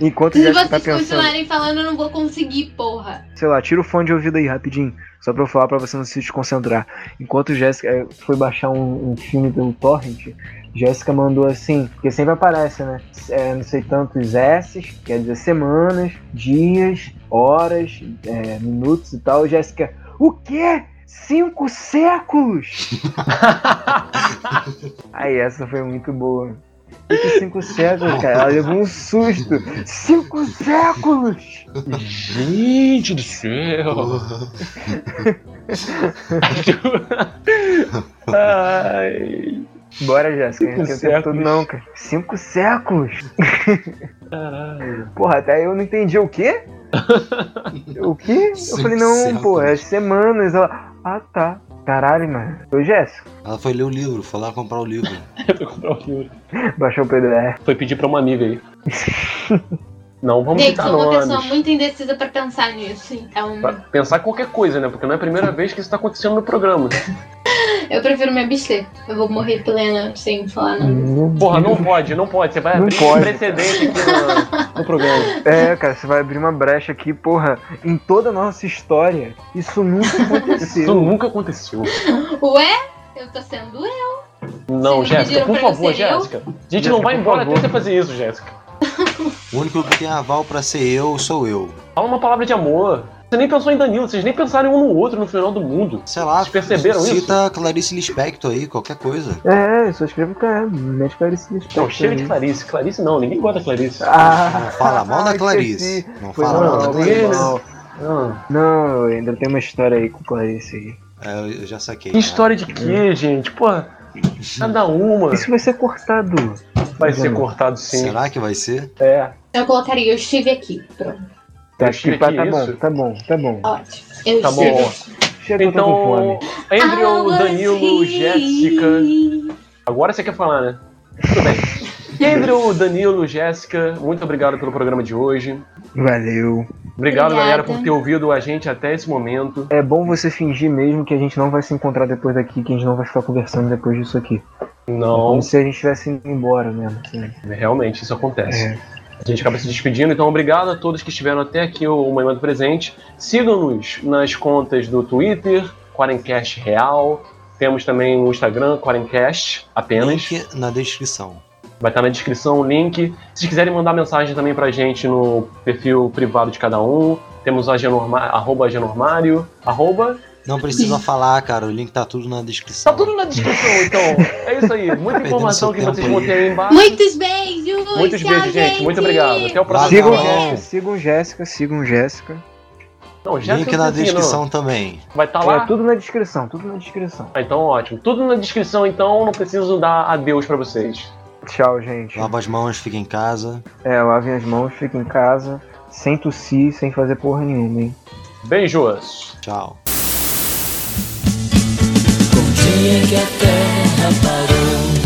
S2: Enquanto
S4: Se
S2: já tá
S4: vocês
S2: pensando,
S4: continuarem falando, eu não vou conseguir, porra.
S2: sei lá, tira o fone de ouvido aí rapidinho, só pra eu falar pra você não se desconcentrar. Enquanto Jéssica eh, foi baixar um, um filme pelo Torrent, Jéssica mandou assim, porque sempre aparece, né? É, não sei tantos S, quer dizer semanas, dias, horas, eh, minutos e tal. Jéssica, o quê? Cinco séculos? Aí essa foi muito boa. O que é cinco séculos, cara? Ela levou um susto. Cinco séculos!
S3: Gente do céu! Ai,
S2: Bora, Jéssica. Não tem
S3: Cinco
S2: o tempo todo,
S3: séculos.
S2: não, cara. Cinco séculos?
S3: caralho.
S2: Porra, até eu não entendi o quê? o quê? Eu
S5: Cinco
S2: falei, não,
S5: séculos.
S2: pô, é semanas. Ela, ah, tá. Caralho, mano. Ô, Jéssica,
S5: Ela foi ler o livro, foi lá comprar o livro.
S3: Eu vou comprar um livro.
S2: baixou o PDF.
S3: Foi pedir pra uma amiga aí. Não, vamos
S4: Gente,
S3: citar
S4: sou uma pessoa
S3: nomes.
S4: muito indecisa pra pensar nisso, então
S3: Pra pensar qualquer coisa, né? Porque não é a primeira vez que isso tá acontecendo no programa.
S4: eu prefiro me abster. Eu vou morrer plena sem falar nada.
S3: Porra, não pode, não pode. Você vai
S2: Não
S3: abrir um
S2: pode.
S3: precedente aqui no, no programa.
S2: É, cara, você vai abrir uma brecha aqui, porra. Em toda a nossa história, isso nunca
S3: Isso
S2: aconteceu.
S3: nunca aconteceu.
S4: Ué? Eu tô sendo eu.
S3: Não,
S4: Vocês
S3: Jéssica,
S4: pediram
S3: por
S4: pra eu
S3: favor,
S4: ser eu?
S3: Jéssica. A gente
S2: Jéssica,
S3: não vai
S2: por
S3: embora
S2: favor.
S3: até você fazer isso, Jéssica.
S5: O único que tem aval pra ser eu, sou eu.
S3: Fala uma palavra de amor. Você nem pensou em Danilo, vocês nem pensaram um no outro no final do mundo.
S5: Sei lá,
S3: Vocês perceberam isso?
S5: cita Clarice Lispector aí, qualquer coisa.
S2: É, eu só escrevo, cara, mete Clarice nesse
S3: Não,
S2: texto
S3: chega
S2: aí.
S3: de Clarice. Clarice não, ninguém gosta de Clarice.
S2: Ah,
S5: Não fala mal da
S2: esqueci.
S5: Clarice. Não
S2: Foi
S5: fala mal da
S2: mal, foi
S5: Clarice.
S2: mal.
S3: Ah,
S2: Não, ainda tem uma história aí com Clarice aí.
S5: É, eu eu já saquei.
S3: que história de quê, gente? Porra, cada uma
S2: Hum. Isso vai ser cortado. tá
S3: vai ser
S2: Daniel.
S3: cortado
S5: Ah,
S3: sim.
S5: Será que vai ser?
S3: É.
S4: Eu colocaria, eu estive aqui. Pronto.
S2: Tá,
S3: Acho que
S2: tá,
S3: aqui
S2: tá
S3: é
S2: bom,
S3: isso.
S2: tá bom, tá bom.
S4: Ótimo. Eu
S3: Tá
S4: estive
S3: bom.
S4: aqui.
S2: Chega que eu tô com
S3: Então,
S2: fome.
S3: Andrew,
S4: I was
S3: Danilo,
S4: here.
S3: Jéssica. Agora você quer falar, né? Tudo bem. Andrew, Danilo, Jéssica, muito obrigado pelo programa de hoje.
S2: Valeu.
S3: Obrigado,
S4: Obrigada.
S3: galera, por ter ouvido a gente até esse momento.
S2: É bom você fingir mesmo que a gente não vai se encontrar depois daqui, que a gente não vai ficar conversando depois disso aqui.
S3: Não,
S2: Como se a gente tivesse indo embora mesmo. assim.
S3: Então, realmente, isso acontece.
S2: É.
S3: A gente acaba se despedindo, então obrigado a todos que estiveram até aqui o Manhã do Presente. Sigam-nos nas contas do Twitter, Quarencast Real. Temos também o Instagram, Quarencast, apenas.
S5: Link na descrição.
S3: Vai estar na descrição o link. Se quiserem mandar mensagem também pra gente no perfil privado de cada um. Temos a Genorma, arroba Genormário, arroba...
S5: Não precisa falar, cara. O link tá tudo na descrição.
S3: Tá tudo na descrição, então. É isso aí. Muita
S5: Perdendo
S3: informação
S5: seu
S3: que
S5: tempo
S3: vocês vão
S5: aí.
S3: ter aí embaixo.
S4: Muitos beijos!
S3: Muitos
S4: Tchau,
S3: beijos, gente. Muito obrigado. Até o próximo.
S2: Sigam Jéssica,
S5: Valeu. bom.
S2: sigam Jéssica, sigam Jéssica.
S3: Não, já
S5: Link
S3: tem
S5: na
S3: o sino.
S5: descrição também.
S3: Vai estar Tá lá.
S2: É tudo na descrição, tudo na descrição.
S3: Ah, então ótimo. Tudo na descrição, então não preciso dar adeus pra vocês.
S2: Tchau, gente.
S3: Tá
S5: Lava as mãos, fica em casa.
S2: É, lavem as mãos, fiquem em casa, sem tossir, sem fazer porra nenhuma, hein?
S3: Beijos.
S5: Tchau.
S1: Com o dia em que a terra parou